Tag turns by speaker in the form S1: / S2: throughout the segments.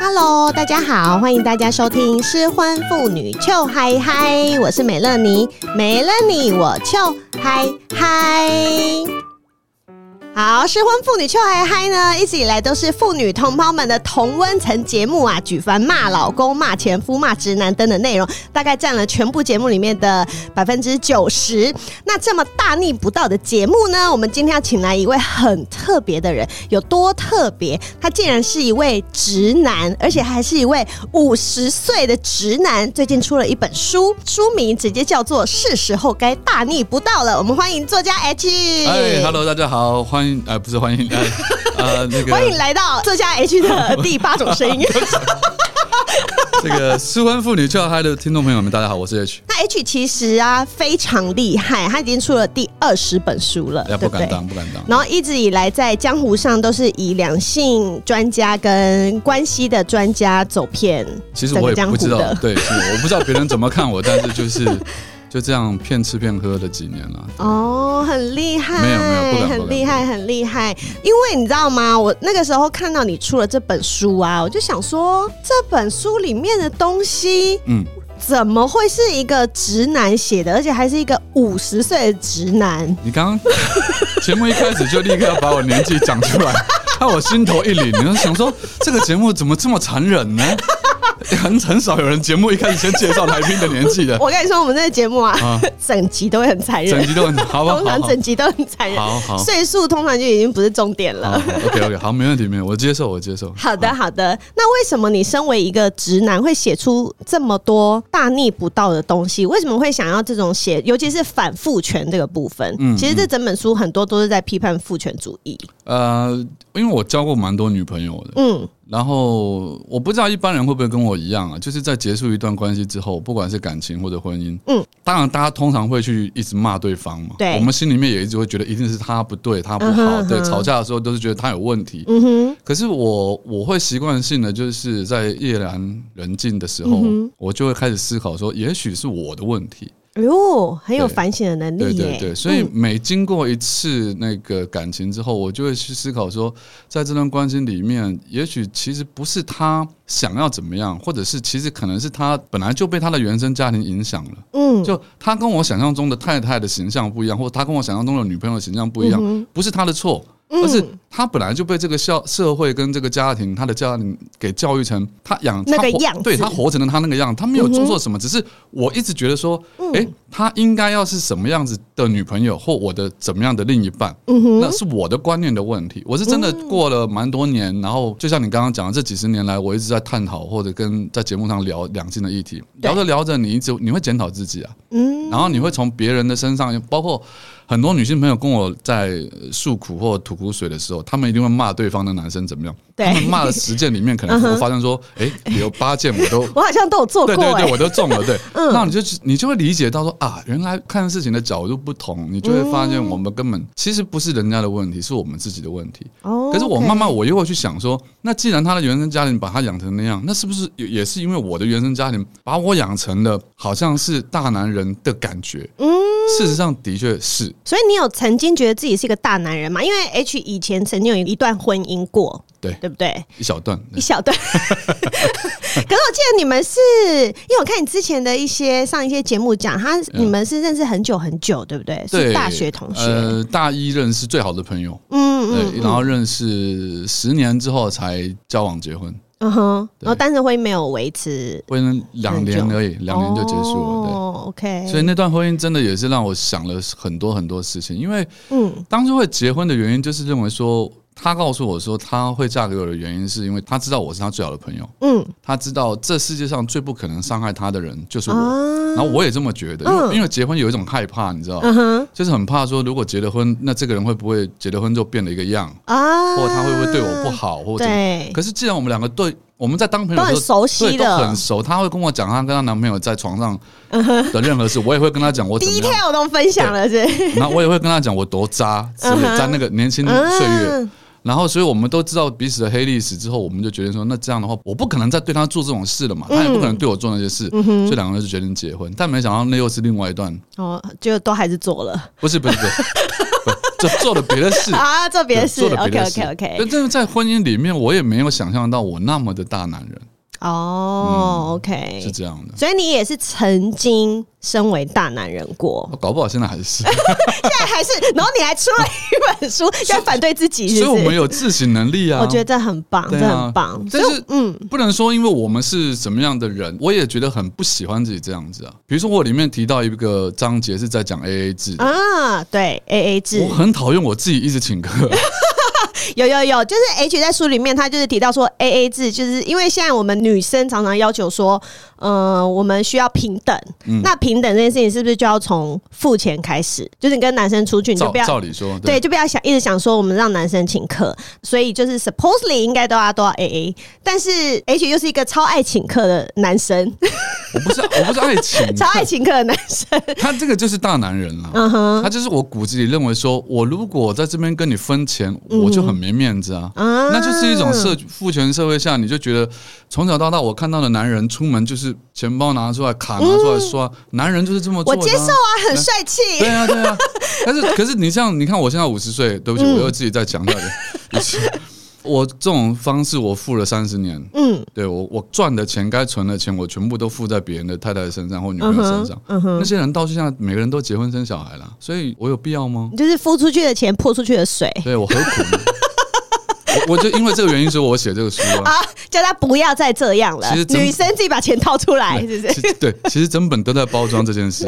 S1: Hello，大家好，欢迎大家收听《失婚妇女糗嗨嗨》，我是美乐妮，没了你我糗嗨嗨。好，失婚妇女糗嗨嗨呢，一直以来都是妇女同胞们的同温层节目啊，举凡骂老公、骂前夫、骂直男等等内容，大概占了全部节目里面的百分之九十。那这么大逆不道的节目呢，我们今天要请来一位很特别的人，有多特别？他竟然是一位直男，而且还是一位五十岁的直男。最近出了一本书，书名直接叫做《是时候该大逆不道了》。我们欢迎作家 H。
S2: 哎，Hello，大家好，欢迎，呃，不是欢迎， 呃，呃那个，
S1: 欢迎来到作家 H 的第八种声音。
S2: 这个失婚妇女叫嗨的听众朋友们，大家好，我是 H，
S1: 那 H 其实啊非常厉害，他已经出了第二十本书了，
S2: 哎，
S1: 对
S2: 不
S1: 不对
S2: 敢？当，不敢当，
S1: 然后一直以来在江湖上都是以两性专家跟关系的专家走遍
S2: 其实
S1: 整
S2: 我
S1: 个
S2: 也
S1: 江
S2: 不
S1: 湖
S2: 知道，
S1: 的。
S2: 对，是我我不知道别人怎么看我，但是 就是就这样骗吃骗喝了几年了，
S1: 哦，很厉害，
S2: 没有没有不敢不敢
S1: 很厉害，很厉害。因为你知道吗？我那个时候看到你出了这本书啊，我就想说，这本书里面的东西
S2: 嗯，
S1: 怎么会是一个直男写的，而且还是一个五十岁的直男？
S2: 你刚刚节目一开始就立刻把我年纪讲出来，害我心头一凛，然后想说这个节目怎么这么残忍呢？ 很很少有人节目一开始先介绍来宾的年纪的
S1: 我跟你说，我们这个节目啊，
S2: 啊，
S1: 整集都会很残
S2: 整
S1: 忍，
S2: 集都很好吧，好
S1: 通常
S2: 好
S1: 整集都很残忍，
S2: 好好
S1: 岁数通常就已经不是重点
S2: 好
S1: 了。
S2: 好，OK OK，好，哦没问题，没问题，我接受，我接受。
S1: 好的，好的。那为什么你身为一个直男，会写出这么多大逆不道的东西？为什么会想要这种写，尤其是反父权这个部分？
S2: 嗯
S1: 其实这整本书很多都是在批判父权主义。
S2: 呃，因为我交过蛮多女朋友的，
S1: 嗯，
S2: 然后我不知道一般人会不会跟我一样啊，就是在结束一段关系之后，不管是感情或者婚姻，
S1: 嗯，
S2: 当然大家通常会去一直骂对方嘛，
S1: 对
S2: 我们心里面也一直会觉得一定是他不对，他不
S1: 嗯哼
S2: 好，
S1: 嗯
S2: 对，
S1: 哼
S2: 吵架的时候都是觉得他有问题，
S1: 嗯哼，
S2: 可是我我会习惯性的就是在夜阑人静的时候，
S1: 嗯哼
S2: 我就会开始思考说，也许是我的问题，
S1: 哎呦，很有
S2: 对
S1: 反省的能
S2: 对
S1: 力耶。
S2: 对对，所以
S1: 嗯
S2: 每经过一次那个感情之后，我就会去思考说，在这段关系里面，也许其实不是他想要怎么样，或者是其实可能是他本来就被他的原生家庭影响了，
S1: 嗯
S2: 就他跟我想象中的太太的形象不一样，或者他跟我想象中的女朋友的形象不一
S1: 嗯
S2: 样，不是他的错。而是他本来就被这个社社会跟这个家庭，他的家庭给教育成他养
S1: 那
S2: 他
S1: 个
S2: 活
S1: 样子
S2: 对他活成了他那个样，他没有做错什么，只是我一直觉得说，
S1: 嗯
S2: 诶，他应该要是什么样子的女朋友，或我的怎么样的另一半，那是我的观念的问题。我是真的过了蛮多年，然后就像你刚刚讲的，这几十年来我一直在探讨或者跟在节目上聊两性的议题，
S1: 对
S2: 聊着聊着，你一直你会检讨自己啊，
S1: 嗯
S2: 然后你会从别人的身上，包括很多女性朋友跟我在呃诉苦或吐苦水的时候，她们一定会骂对方的男生怎么样。
S1: 对
S2: 他们骂的十件里面，可能我发 现说，哎、有八件我都。
S1: 我好像都有做过、
S2: 对
S1: 哎。嗯
S2: 对对，我都中了。 对，那你就你就会理解到说啊，原来看事情的角度不同，你就会发
S1: 嗯
S2: 现我们根本其实不是人家的问题，是我们自己的问题。
S1: 哦
S2: 可是我
S1: OK
S2: 慢慢我又会去想说，那既然他的原生家庭把他养成那样，那是不是也也是因为我的原生家庭把我养成了好像是大男人的感觉？嗯，事实上的确是，
S1: 所以你有曾经觉得自己是一个大男人吗？因为 H 以前曾经有一段婚姻过，
S2: 对
S1: 对不对？
S2: 一小段。
S1: 一小段。 可是我记得你们是因为我看你之前的一些上一些节目讲，他你们是认识很久很久，对不对？
S2: 对，
S1: 是大学同学。
S2: 呃，大一认识最好的朋友，
S1: 嗯嗯
S2: 对，然后认识十年之后才交往结婚，
S1: 嗯哼，
S2: 对
S1: 然后单身婚姻没有维持，
S2: 婚姻两
S1: 很久
S2: 年而已，两年就结束了。对，
S1: 哦，OK。
S2: 所以那段婚姻真的也是让我想了很多很多事情，因为
S1: 嗯
S2: 当初会结婚的原因就是认为说，她告诉我说她会嫁给我的原因是因为她知道我是她最好的朋友，
S1: 嗯
S2: 她知道这世界上最不可能伤害她的人就是我，然
S1: 啊，
S2: 后我也这么觉得，因为、
S1: 嗯
S2: 因为结婚有一种害怕，你知道，
S1: 嗯哼
S2: 就是很怕说如果结了婚，那这个人会不会结了婚就变了一个样，
S1: 啊，
S2: 或者他会不会对我不？好，或者。
S1: 对，
S2: 可是既然我们两个对我们在当朋友的时候
S1: 都很熟悉
S2: 对都
S1: 的
S2: 很熟。她会跟我讲她跟她男朋友在 床上的任何事，我也会跟她讲我怎么
S1: 第一
S2: 样，
S1: 天我都分享了，是
S2: 然后我也会跟她讲我多渣之类
S1: 嗯 哼
S2: 在那个年轻嗯岁
S1: 嗯
S2: 月。然后，所以我们都知道彼此的黑历史之后，我们就决定说，那这样的话，我不可能再对她做这种事了嘛，
S1: 嗯
S2: 她也不可能对我做那些事，所以两个人就决定结婚。但没想到那又是另外一段，
S1: 哦，就都还是做了
S2: 不是不是不 是，不就做了别的事，
S1: 啊，做别的事
S2: 对做了
S1: ，OK
S2: 别的事
S1: OK
S2: 但
S1: OK，
S2: 真的在婚姻里面，我也没有想象到我那么的大男人，
S1: 哦
S2: 嗯是
S1: ，OK，
S2: 这样的。
S1: 所以你也是曾经身为大男人过，
S2: 我搞不好现在还是，
S1: 现在还是，然后你还出了一本书要反对自 己，
S2: 所以
S1: 是不
S2: 我
S1: 是
S2: 们有自省能力啊。
S1: 我觉得这很棒，这
S2: 对啊
S1: 很棒，
S2: 但
S1: 所以
S2: 是
S1: 嗯，
S2: 不能说因为我们是什么样的人，我也觉得很不喜欢自己这样子啊。比如说我里面提到一个章节是在讲 AA 制，
S1: 啊，对，A A 制
S2: 我，很讨厌我自己一直请客，
S1: 有有有，就是 H 在书里面，他就是提到说 A A 制，就是因为现在我们女生常常要求说，呃，我们需要平等。
S2: 嗯
S1: 那平等这件事情是不是就要从付钱开始？就是你跟男生出去， 你就
S2: 照
S1: 不要
S2: 照理说，
S1: 对，就不要想一直想说我们让男生请客，所以就是 supposedly 应该都要都要 A A，但是 H 又是一个超爱请客的男生，
S2: 嗯我不是我不是爱请客，
S1: 超爱请客的男 生。
S2: 他这个就是大男人了、
S1: 嗯哼，
S2: 他就是我骨子里认为说，我如果在这边跟你分钱，我就很没面子啊。
S1: 啊
S2: 那就是一种社父权社会下，你就觉得从小到大我看到的男人出门就是钱包拿出来，卡拿出来刷，男人就是这么做
S1: 我
S2: 的啊、
S1: 接受啊，很帅气。
S2: 对啊，对 嗯啊。但是可是你像你看，我现在五十岁，对不起，我又自己再强调一次。我这种方式，我付了三十年。
S1: 嗯，
S2: 对我，我赚的钱、该存的钱，我全部都付在别人的太太身上或女朋友身上。那些人到现在，每个人都结婚生小孩了，所以我有必要吗？
S1: 就是付出去的钱泼出去的水。
S2: 对我何苦 呢？我我就因为这个原因，所以我写这个书啊。
S1: 啊，叫他不要再这样了
S2: 其实。真
S1: 女生自己把钱掏出来，是不
S2: 对
S1: 是？
S2: 其对，其实整本都在包装这件 事，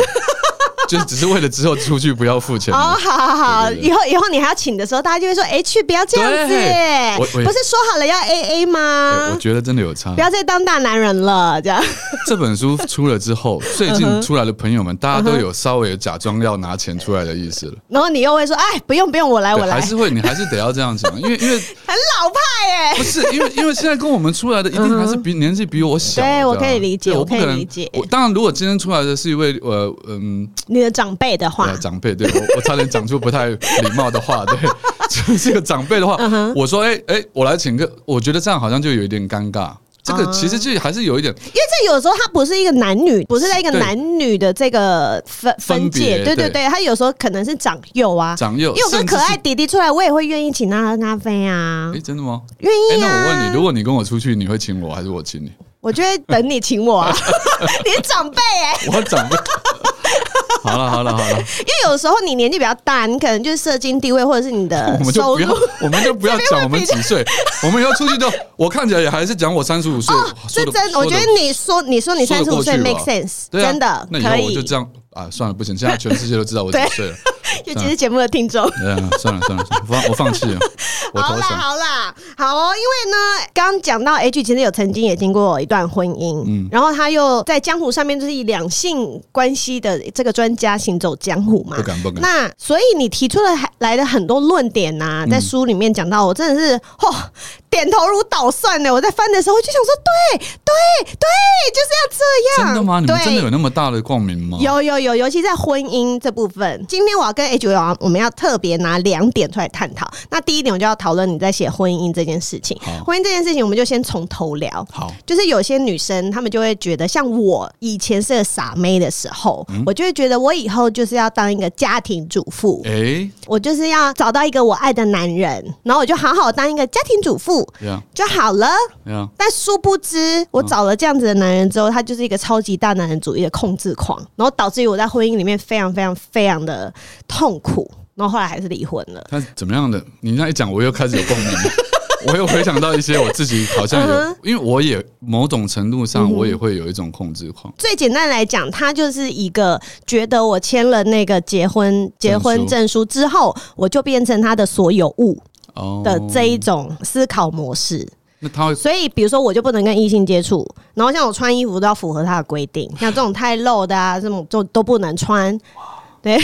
S2: 就是只是为了之后出去不要付钱
S1: 哦，
S2: 而已。
S1: 好好好，
S2: 对对对
S1: 以后以后你还要请的时候，大家就会说：“哎、去不要这样子
S2: 对我，我
S1: 不是说好了要 A A
S2: 对我
S1: 吗？
S2: 觉得真的有差
S1: 不。要再当大男人了。”这样
S2: 这本书出了 之后，最近出来的朋友们，大家都有稍微假装要拿钱出来的意思了。
S1: 然后你又会说：“哎，不用不用，我来我
S2: 对，
S1: 来。”
S2: 还是会，你还是得要这 样讲，因为因为
S1: 很老派哎、
S2: 不是因为因为现在跟我们出来的一定还是比年纪比我小的啊。
S1: 对我可以理解
S2: 对
S1: 我
S2: 我不
S1: 可以
S2: 可能
S1: 理解
S2: 我当然，如果今天出来的是一位呃嗯
S1: 你的长辈的话
S2: 对，长辈，对我我差点讲出不太礼貌的话，对， 就是个长辈的话，
S1: 嗯
S2: 我说哎哎，我来请客，我觉得这样好像就有一点尴尬。这
S1: 哦
S2: 个其实就还是有一点
S1: 因为这有时候它不是一个男女，不是在一个
S2: 对
S1: 男女的这个分分
S2: 分别
S1: 界，对对
S2: 对
S1: 对，它有时候可能是长幼啊，
S2: 长幼，
S1: 因为我跟
S2: 甚至
S1: 可
S2: 是
S1: 爱弟弟出来，我也会愿意请他喝咖啡啊
S2: 哎，，真的吗？
S1: 愿
S2: 哎、
S1: 意
S2: 那
S1: 啊。
S2: 我问你，如果你跟我出去，你会请我还是我请你？
S1: 我就会等你请我啊， 你是长辈哎、
S2: 我长辈。好了好了好了，
S1: 因为有时候你年纪比较大，你可能就是社经地位或者是你的
S2: 我们就
S1: 收
S2: 不要
S1: 入。，
S2: 我们就不要讲我们几岁， 我们以后出去就，我看起来也还是讲我三十五岁
S1: 哦，，是
S2: 说得
S1: 真，
S2: 说
S1: 我觉得你说你说你
S2: 说
S1: 三
S2: 得
S1: 十
S2: 过
S1: 五岁
S2: 去吧
S1: make sense，
S2: 对啊
S1: 真的
S2: 那以
S1: 可
S2: 后我就
S1: 以。
S2: 这样啊，算了，不行，现在全世界都知道我几 岁了，
S1: 尤其是
S2: 嗯
S1: 节目的听众。
S2: 对啊，算了算了，算了我放我放弃 了， 我
S1: 好
S2: 投
S1: 啦
S2: 降。
S1: 好啦，好哦，因为呢，刚刚讲到 H 其实有曾经也经过一段婚姻，
S2: 嗯
S1: 然后他又在江湖上面就是以两性关系的这个专家行走江湖嘛，
S2: 不敢不敢
S1: 那所以你提出了还来的很多论点呐、
S2: 嗯
S1: 在书里面讲到，我真的是哦，点头如捣蒜的。我在翻的时候我就想说，对对对，就是要这
S2: 真
S1: 样。
S2: 的吗？你们
S1: 对
S2: 真的有那么大的共鸣吗？
S1: 有有有，尤其在婚姻这部分，今天我要跟 H 王，我们要特别拿两点出来探讨。那第一点，我就要讨论你在写婚姻这件事情
S2: 好。
S1: 婚姻这件事情，我们就先从头聊。
S2: 好，
S1: 就是有些女生，她们就会觉得，像我以前是个傻妹的时候，我就会觉得我以后就是要当一个家庭主妇，
S2: 哎、
S1: 我就是要找到一个我爱的男人，然后我就好好当一个家庭主妇
S2: 这样
S1: 就好了。
S2: 这样，
S1: 但殊不知，我找了这样子的男人之后，他就是一个超级大男人主义的控制狂，然后导致于我在婚姻里面非常非常非常的痛苦，然后后来还是离婚了。
S2: 他怎么样的？你那一讲，我又开始有共 鸣了。我又回想到一些我自己好像有，因为我也某种程度上我也会有一种控制狂。
S1: 最简单来讲，他就是一个觉得我签了那个结婚结婚证书之后，我就变成他的所有物
S2: 哦
S1: 的这一种思考模式。
S2: 那他会
S1: 所以，比如说，我就不能跟异性接触，然后像我穿衣服都要符合他的规定，像这种太露的啊，这种就都不能穿。对，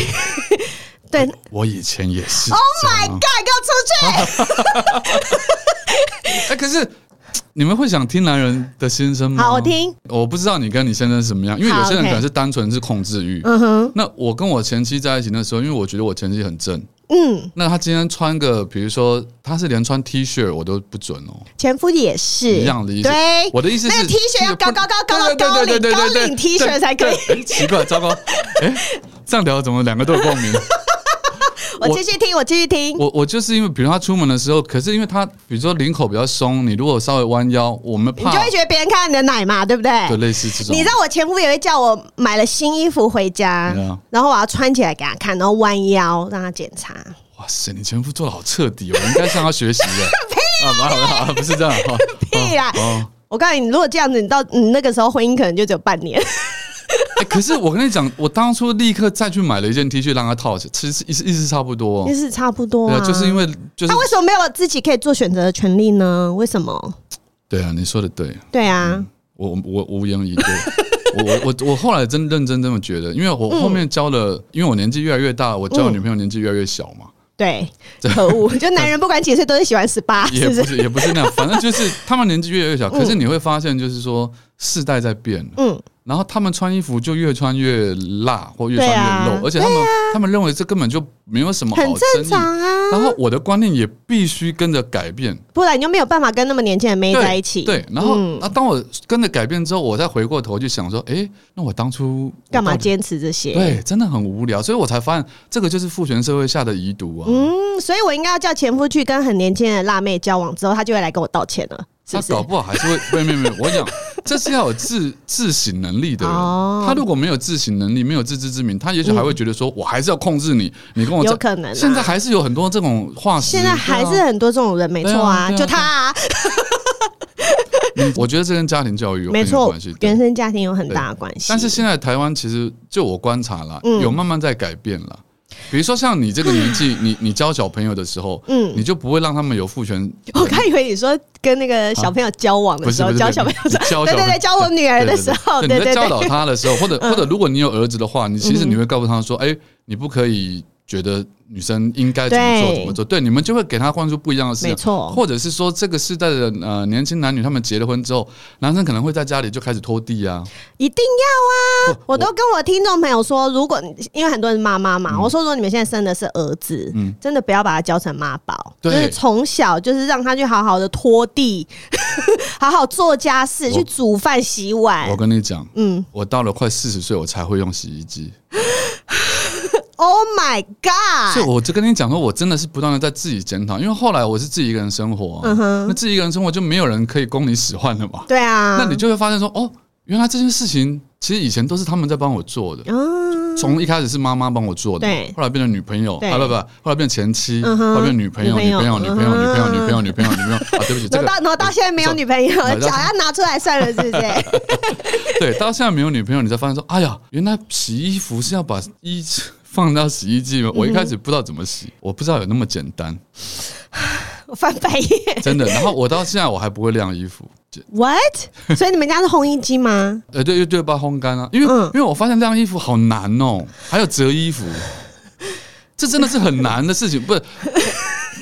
S1: 对，
S2: 我以前也是。Oh my god！
S1: 干，给我出去！
S2: 哎、可是你们会想听男人的心声吗？
S1: 好，我。听。
S2: 我不知道你跟你先生是什么样，因为
S1: 好
S2: 有些人
S1: OK
S2: 可能是单纯是控制欲。
S1: 嗯哼，
S2: 那我跟我前妻在一起那时候，因为我觉得我前妻很正，
S1: 嗯，
S2: 那她今天穿个，比如说她是连穿 T 恤我都不准哦。
S1: 前夫也是
S2: 一样的意思
S1: 对，
S2: 我的意思是，
S1: 那个 T 恤要高高高高高高
S2: 对对对
S1: 领
S2: 对
S1: 高
S2: 对对
S1: 领 T 恤才可以。
S2: 对对对奇怪，糟糕，哎，这样聊怎么两个都有共鸣？
S1: 我继续听，我继续听。
S2: 我我就是因为，比如他出门的时候，可是因为他，比如说领口比较松，你如果稍微弯腰，我们
S1: 你
S2: 怕
S1: 就会觉得别人看到你的奶嘛，对不对？
S2: 对类似这种
S1: 你知，道我前夫也会叫我买了新衣服回家
S2: Yeah
S1: 然后我要穿起来给他看，然后弯腰让他检查。
S2: 哇塞，你前夫做的好彻底哦，我应该向他学 习的。啊，不好，不是这样，哦
S1: 屁啊啦
S2: 哦哦
S1: 我告诉你，如果这样子，你到你那个时候婚姻可能就只有半年。
S2: 哎，可是我跟你讲，我当初立刻再去买了一件 T 恤让他套，其实意思意思差不多
S1: 就。是差不多
S2: 对
S1: 啊，
S2: 啊，哦就是因为就是
S1: 他为什么没有自己可以做选择的权利呢？为什么？
S2: 对啊，你说的对，
S1: 对啊，
S2: 我我我无言以对。 我我我我后来真认真这么觉得，因为
S1: 嗯
S2: 我后面交了，因为我年纪越来越大，我交的女朋友年纪越来越小嘛，
S1: 对，可恶！就男人不管几岁都是喜欢十八，
S2: 也
S1: 是不
S2: 不
S1: 是？
S2: 是也不是那样，反正就是他们年纪越来越小，可是你会发现就是说世代在变，
S1: 嗯，
S2: 然后他们穿衣服就越穿越辣或越穿
S1: 对啊
S2: 越露，而且他们他们认为这根本就没有什么好
S1: 很正
S2: 争议
S1: 常，啊。
S2: 然后我的观念也必须跟着改变，
S1: 不然你就没有办法跟那么年轻的妹
S2: 对
S1: 在一起。
S2: 对，然后
S1: 嗯
S2: 那当我跟着改变之后，我再回过头去想说，诶，那我当初我
S1: 干嘛
S2: 到底
S1: 坚持这些？
S2: 对，真的很无聊，所以我才发现这个就是父权社会下的遗毒啊。
S1: 嗯，所以我应该要叫前夫去跟很年轻的辣妹交往，之后他就会来跟我道歉了，是
S2: 他
S1: 不是
S2: 搞？不好还是会，没有没有没有，我讲这是要有自自省能力的人。
S1: 哦
S2: 他如果没有自省能力，没有自知之明，他也许还会觉得说，我还是要控制你，你跟我
S1: 有
S2: 在
S1: 可能啊
S2: 现在还是有很多这种话术，
S1: 现在还是
S2: 对啊
S1: 很多这种人，没错啊，
S2: 对啊对啊
S1: 就他、啊，
S2: 嗯我觉得这跟家庭教育有很
S1: 没
S2: 有
S1: 错
S2: 关系。，对
S1: 原生家庭有很大的关系。
S2: 但是现在台湾其实就我观察啦，
S1: 嗯
S2: 有慢慢在改变了。比如说像你这个年 纪，你你教小朋友的时候，
S1: 嗯
S2: 你就不会让他们有父权。
S1: 我刚以为你说跟那个小朋友交往的
S2: 不
S1: 时
S2: 是
S1: 候，
S2: 不是
S1: 教
S2: 对
S1: 小朋友
S2: 你
S1: 说，
S2: 教
S1: 对
S2: 小
S1: 对
S2: 朋
S1: 对，
S2: 友
S1: 教我女儿的时候，
S2: 对
S1: 对
S2: 你
S1: 对嗯
S2: 在教
S1: 对，
S2: 导他的时候，或者或者如果你有儿子的话，你其实你会告诉他说，哎，你不可以觉得女生应该怎么做
S1: 对
S2: 怎么做，对，你们就会给他灌输不一样的思
S1: 没
S2: 想。
S1: 错，
S2: 或者是说，这个世代的呃年轻男女，他们结了婚之后，男生可能会在家里就开始拖地啊。
S1: 一定要啊！
S2: 不
S1: 我都跟我听众朋友说，如果因为很多人是妈妈嘛，我说如果你们现在生的是儿子，
S2: 嗯
S1: 真的不要把他教成妈宝，就
S2: 对
S1: 是从小就是让他去好好的拖地， 好好做家事，
S2: 我
S1: 去煮饭、洗碗
S2: 我。跟你讲，
S1: 嗯
S2: 我到了快四十岁，我才会用洗衣机。
S1: ，Oh my
S2: 所以
S1: God！
S2: 我就跟你讲说，我真的是不断的在自己检讨，因为后来我是自己一个人生活、啊，
S1: 嗯哼
S2: 那自己一个人生活就没有人可以供你使唤了嘛。
S1: 对啊，
S2: 那你就会发现说，哦，原来这件事情其实以前都是他们在帮我做的，
S1: 嗯
S2: 从一开始是妈妈帮我做的
S1: 对，
S2: 后来变成女朋友，
S1: 对
S2: 啊不不，后来变成前妻，
S1: 嗯哼
S2: 后来变成女朋友，
S1: 女
S2: 女
S1: 朋
S2: 朋
S1: 友
S2: 友，女朋友，女朋友，
S1: 嗯
S2: 女朋友，女朋友，女朋友啊，对不起，
S1: 然后
S2: 这个
S1: 到然后到现在没有女朋友，
S2: 嗯
S1: 脚要拿出来算了，是不是？
S2: 对，到现在没有女朋友，你才发现说，哎呀，原来洗衣服是要把衣放到洗衣机里面，
S1: 嗯
S2: 我一开始不知道怎么洗，我不知道有那么简单，
S1: 我翻白眼
S2: 真的。然后我到现在我还不会晾衣服。就
S1: ，What？所以你们家是烘衣机吗？
S2: 呃，对，对对，把它烘干啊，因为、
S1: 嗯
S2: 因为我发现晾衣服好难哦，还有折衣 服，这真的是很难的事情，不是？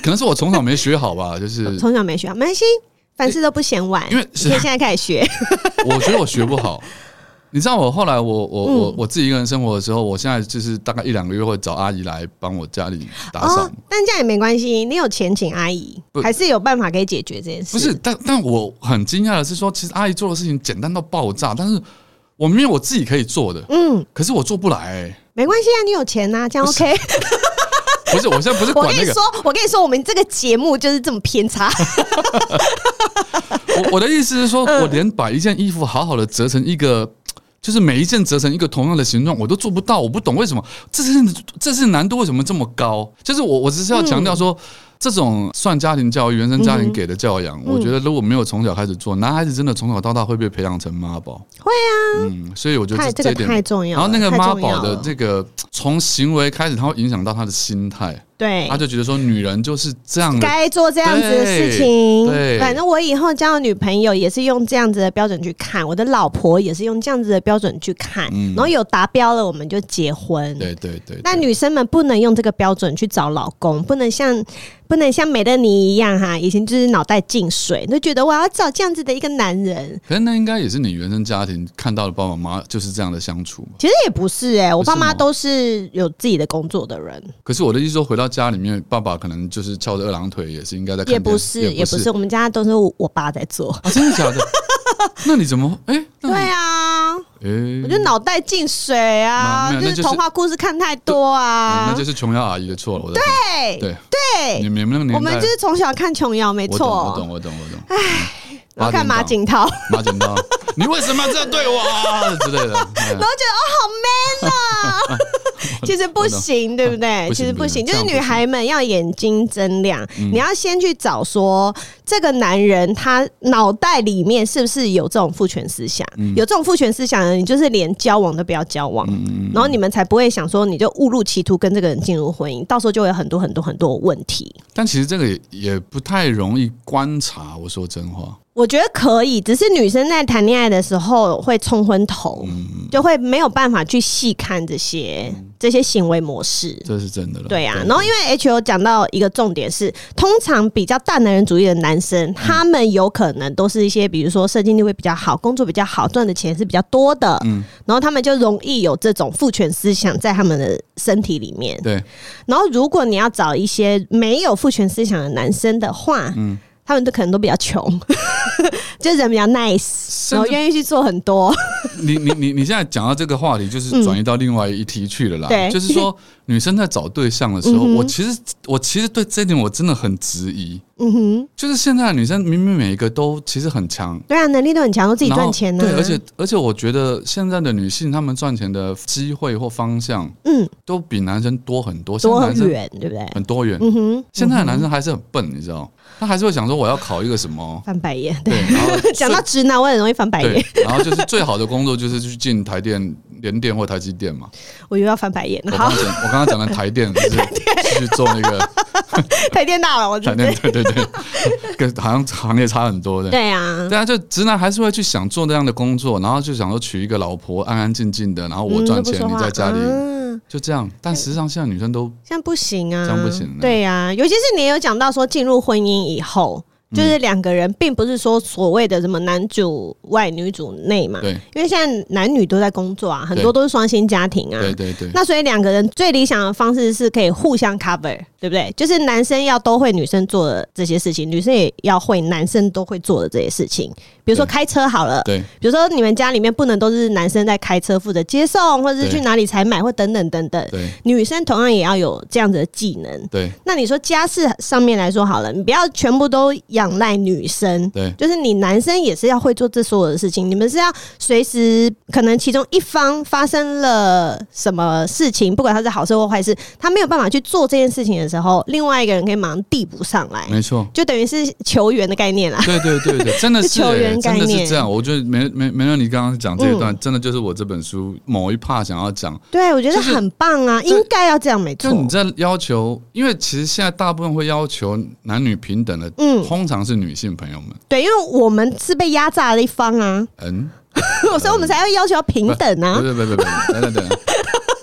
S2: 可能是我从小没学好吧，就是
S1: 从小没学好，没关系，凡事都不嫌晚，
S2: 因为
S1: 你可以现在开始学。
S2: 我觉得我学不好。你知道我后来我我
S1: 嗯
S2: 我我自己一个人生活的时候，我现在就是大概一两个月会找阿姨来帮我家里打扫。
S1: 哦，但这样也没关系，你有钱请阿姨，
S2: 不
S1: 还是有办法可以解决这件事。
S2: 不是，，但但我很惊讶的是说，其实阿姨做的事情简单到爆炸，但是我明明我自己可以做的，
S1: 嗯，
S2: 可是我做不来、欸
S1: 没关系啊，你有钱呐、这样 OK。
S2: 不是，我现在不是
S1: 我
S2: 管
S1: 跟你
S2: 那个
S1: 说，，我跟你说，我们这个节目就是这么偏 差。
S2: 我我的意思是说，
S1: 嗯
S2: 我连把一件衣服好好的折成一个，就是每一件折成一个同样的形状，我都做不到。我不懂为什么这是这是难度为什么这么高？就是我我只是要
S1: 嗯
S2: 强调说。这种算家庭教育、原生家庭给的教养，
S1: 嗯
S2: 我觉得如果没有从小开始做，男孩子真的从小到大会被培养成妈宝。
S1: 会啊，
S2: 嗯，所以我觉得
S1: 太
S2: 这
S1: 这个
S2: 一点
S1: 太重要
S2: 然后那个
S1: 了太
S2: 妈
S1: 重要
S2: 宝的
S1: 了
S2: 这个从行为开始，它会影响到他的心态。
S1: 对
S2: 他，就觉得说女人就是这样的，
S1: 该做这样子的事情。
S2: 对对
S1: 反正我以后交的女朋友也是用这样子的标准去看，我的老婆也是用这样子的标准去看，
S2: 嗯
S1: 然后有达标了我们就结婚。
S2: 对对对，
S1: 那女生们不能用这个标准去找老公，不能像不能像美乐妮一样哈，以前就是脑袋进水，就觉得我要找这样子的一个男人。
S2: 可是那应该也是你原生家庭看到的爸爸妈妈就是这样的相处嘛。
S1: 其实也不是哎、我
S2: 不是
S1: 爸妈
S2: 吗
S1: 都是有自己的工作的人，
S2: 可是我的意思说，回到家里面，爸爸可能就是翘着二郎腿，也是应该在看
S1: 也不
S2: 电
S1: 是
S2: 视
S1: 也不是，我们家都是我我爸在做。
S2: 啊，真的假的？ 那你怎么？哎、那
S1: 对
S2: 你，
S1: 啊，
S2: 哎、
S1: 我就脑袋进水啊，
S2: 没有没有
S1: 就
S2: 那就是是
S1: 童话故事看太多啊。
S2: 那就是琼瑶阿姨的错了。我在
S1: 对
S2: 对
S1: 对，
S2: 你们你们那个年代，
S1: 我们就是从小看琼瑶，没
S2: 我懂我
S1: 错。
S2: 懂我懂我懂。
S1: 然后看马
S2: 八点
S1: 景涛，
S2: 马景涛， 你为什么要这样对我啊之类 的？哎
S1: 然后觉得哦，好 man 啊！ 其实不行，对不对？
S2: 啊不行
S1: 其实不行，
S2: 不行
S1: 就是
S2: 这样不
S1: 女
S2: 行嗯
S1: 孩们要眼睛睁亮，你要先去找说这个男人他脑袋里面是不是有这种父权思想？
S2: 嗯
S1: 有这种父权思想的人，你就是连交往都不要交往，
S2: 嗯
S1: 然后你们才不会想说你就误入歧途跟这个人进入婚姻，到时候就会有很多很多很多问题。
S2: 但其实这个也也不太容易观察。我说真话，
S1: 我觉得可以，只是女生在谈恋爱的时候会冲昏头，
S2: 嗯
S1: 就会没有办法去细看这些这些行为模式。
S2: 这是嗯真的了。
S1: 对啊，然后因为 H O 讲到一个重点是，通常比较大男人主义的男
S2: 嗯
S1: 生，他们有可能都是一些，比如说社经地位比较好，工作比较好，赚的钱是比较多的，
S2: 嗯
S1: 然后他们就容易有这种父权思想在他们的身体里面。
S2: 对，
S1: 然后如果你要找一些没有父权思想的男生的话，
S2: 嗯
S1: 他们都可能都比较穷， 就人比较 nice，然后愿意去做很多。
S2: 你你你你现在讲到这个话题，就是转移到另外一题去了
S1: 嗯
S2: 啦。
S1: 对
S2: 就 是说女生在找对象的时候，我其实我其实对这一点我真的很质疑。
S1: 嗯哼，
S2: 就是现在的女生明明每一个都其实很强，
S1: 对啊，能力都很强，都自己
S2: 然后
S1: 赚钱啊呢、
S2: 对，而且而且我觉得现在的女性她们赚钱的机会或方向
S1: 嗯，
S2: 都比男生多很多，现在
S1: 多
S2: 男生
S1: 远，对不对？
S2: 很多元。
S1: 嗯哼，
S2: 现在的男生还是很笨，你知道，他还是会想说我要考一个什么。
S1: 翻白眼。
S2: 对， 然后
S1: 讲到直男，我很容易翻白
S2: 对
S1: 眼，，
S2: 然后就是最好的工作就是去进台电、 联电或台积电嘛。
S1: 我又要翻白眼
S2: 我
S1: 了。
S2: 刚
S1: 好
S2: 刚，讲，我刚刚讲的台 电就是是去做那个
S1: 台电大佬，我
S2: 台
S1: 真
S2: 电
S1: 的，。
S2: 对对对， 跟好像行业差很多的。
S1: 对啊，
S2: 对啊，就直男还是会去想做那样的工作，然后就想说娶一个老婆，安安静静的，然后我
S1: 嗯
S2: 赚
S1: 都不
S2: 钱，
S1: 说
S2: 你
S1: 话
S2: 在家里
S1: 啊
S2: 就这样。但实际上现在女生都
S1: 这样不行啊，
S2: 这样不行
S1: 对啊，尤其是你有讲到说进入婚姻以后，就是两个人并不是说所谓的什么男主外女主内嘛，
S2: 对
S1: 因为现在男女都在工作啊，很多都
S2: 对
S1: 是双薪家庭啊，
S2: 对对对，
S1: 那所以两个人最理想的方式是可以互相 cover，对不对？就是男生要都会女生做的这些事情，女生也要会男生都会做的这些事情。比如说
S2: 对
S1: 开车好了，
S2: 对
S1: 比如说你们家里面不能都是男生在开车负责接送，或者是
S2: 对
S1: 去哪里采买，或等等等等。
S2: 对
S1: 女生同样也要有这样子的技能。
S2: 对
S1: 那你说家事上面来说好了，你不要全部都仰赖女生，
S2: 对
S1: 就是你男生也是要会做这所有的事情，你们是要随时可能其中一方发生了什么事情，不管他是好事或坏事，他没有办法去做这件事情的时候，另外一个人可以马上递补上来，
S2: 没错。
S1: 就等于是球员的概念啊啦。
S2: 对对对 对，真的
S1: 是
S2: 是、
S1: 球员
S2: 欸，真
S1: 概
S2: 的是
S1: 念嗯
S2: 这样。我觉得没没没让你刚刚讲这一段，真的就是我这本书某一 part 想要讲，
S1: 对，我觉得
S2: 就是
S1: 很棒啊，应该要这样，没错
S2: 就。你在要求，因为其实现在大部分会要求男女平等的，
S1: 嗯
S2: 通常是女性朋友们，
S1: 对，因为我们是被压榨的一方啊，
S2: 嗯，
S1: 所以我们才会要求平等啊
S2: 不。是不是不是，等 等等。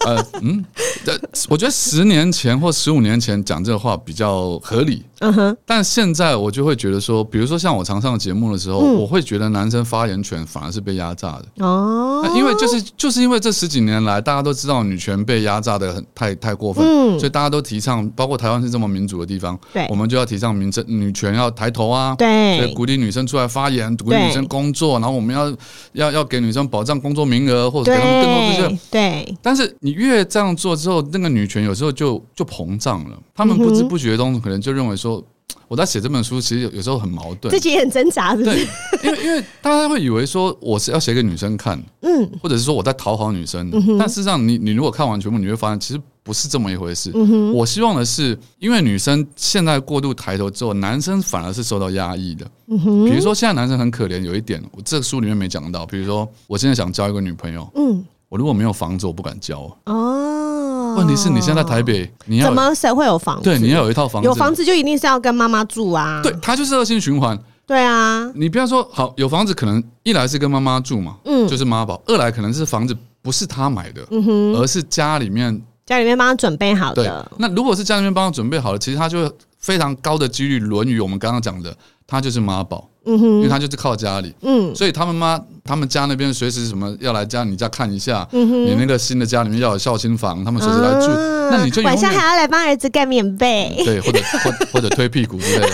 S2: 呃，嗯，呃我觉得十年前或十五年前讲这话比较合理，
S1: 嗯哼，
S2: 但现在我就会觉得说，比如说像我常上节目的时候，
S1: 嗯
S2: 我会觉得男生发言权反而是被压榨的。啊
S1: 哦
S2: 那，因为就是就是因为这十几年来，大家都知道女权被压榨的很太太过分，
S1: 嗯
S2: 所以大家都提倡，包括台湾是这么民主的地方，
S1: 对
S2: 我们就要提倡民政女权要抬头啊，所以
S1: 对
S2: 鼓励女生出来发言，鼓励
S1: 对
S2: 女生工作，然后我们要要要给女生保障工作名额，或者给她们更多这些
S1: 对。对，
S2: 但是你越这样做之后，那个女权有时候就就膨胀了，他们
S1: 嗯
S2: 不知不觉中可能就认为说，我在写这本书其实有有时候很矛盾
S1: 自，己也很挣扎，是不
S2: 对
S1: 是？，
S2: 因为因为大家会以为说我是要写给女生看，
S1: 嗯，
S2: 或者是说我在讨好女生的，但事实上你，你如果看完全部，你会发现其实不是这么一回事。
S1: 嗯
S2: 我希望的是，因为女生现在过度抬头之后，男生反而是受到压抑的。
S1: 嗯
S2: 比如说，现在男生很可怜，有一点我这个书里面没讲到，比如说我现在想交一个女朋友，
S1: 嗯，
S2: 我如果没有房子，我不敢交啊。
S1: 哦，
S2: 问题是你现在在台北，你要
S1: 怎么谁会有房子？
S2: 对，你要有一套房子，
S1: 有房子就一定是要跟妈妈住啊。
S2: 对，它就是恶性循环。
S1: 对啊，
S2: 你不要说好有房子，可能一来是跟妈妈住嘛，
S1: 嗯
S2: 就是妈宝；二来可能是房子不是他买的，
S1: 嗯哼，
S2: 而是家里面
S1: 家里面帮他准备好
S2: 对
S1: 的。。
S2: 那如果是家里面帮他准备好了，其实他就非常高的几率沦于我们刚刚讲的，他就是妈宝，
S1: 嗯
S2: 因为
S1: 哼，
S2: 他就是靠家里。
S1: 嗯
S2: 所以他们妈他们家那边随时什么要来家你家看一下，
S1: 嗯哼，
S2: 你那个新的家里面要有孝心房，他们随时来住，
S1: 啊
S2: 那你就永
S1: 晚上还
S2: 远
S1: 要来帮儿子盖棉被。
S2: 对，或者或或者推屁股之类的，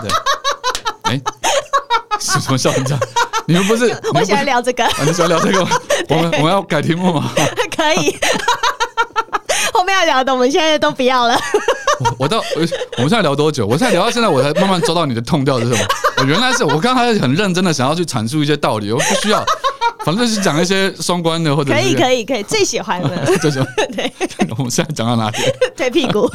S2: 对，哎、 什么笑成这样？你们不是你
S1: 我
S2: 们不
S1: 喜
S2: 是
S1: 欢聊这 个，
S2: 啊，你喜欢聊这个吗？ 我们我们要改题目吗？
S1: 可以。后面要聊的，我们现在都不要 了。
S2: 我我到我我们现在聊多久？我现在聊到现在，我才慢慢抓到你的痛调是什么。我原来是我刚才很认真的想要去阐述一些道理，我不需要，反正就是讲一些双关的或者
S1: 可以，可
S2: 以，
S1: 以，可以，最喜欢了。
S2: 这种。
S1: 对，
S2: 我们现在讲到哪里？
S1: 推屁股。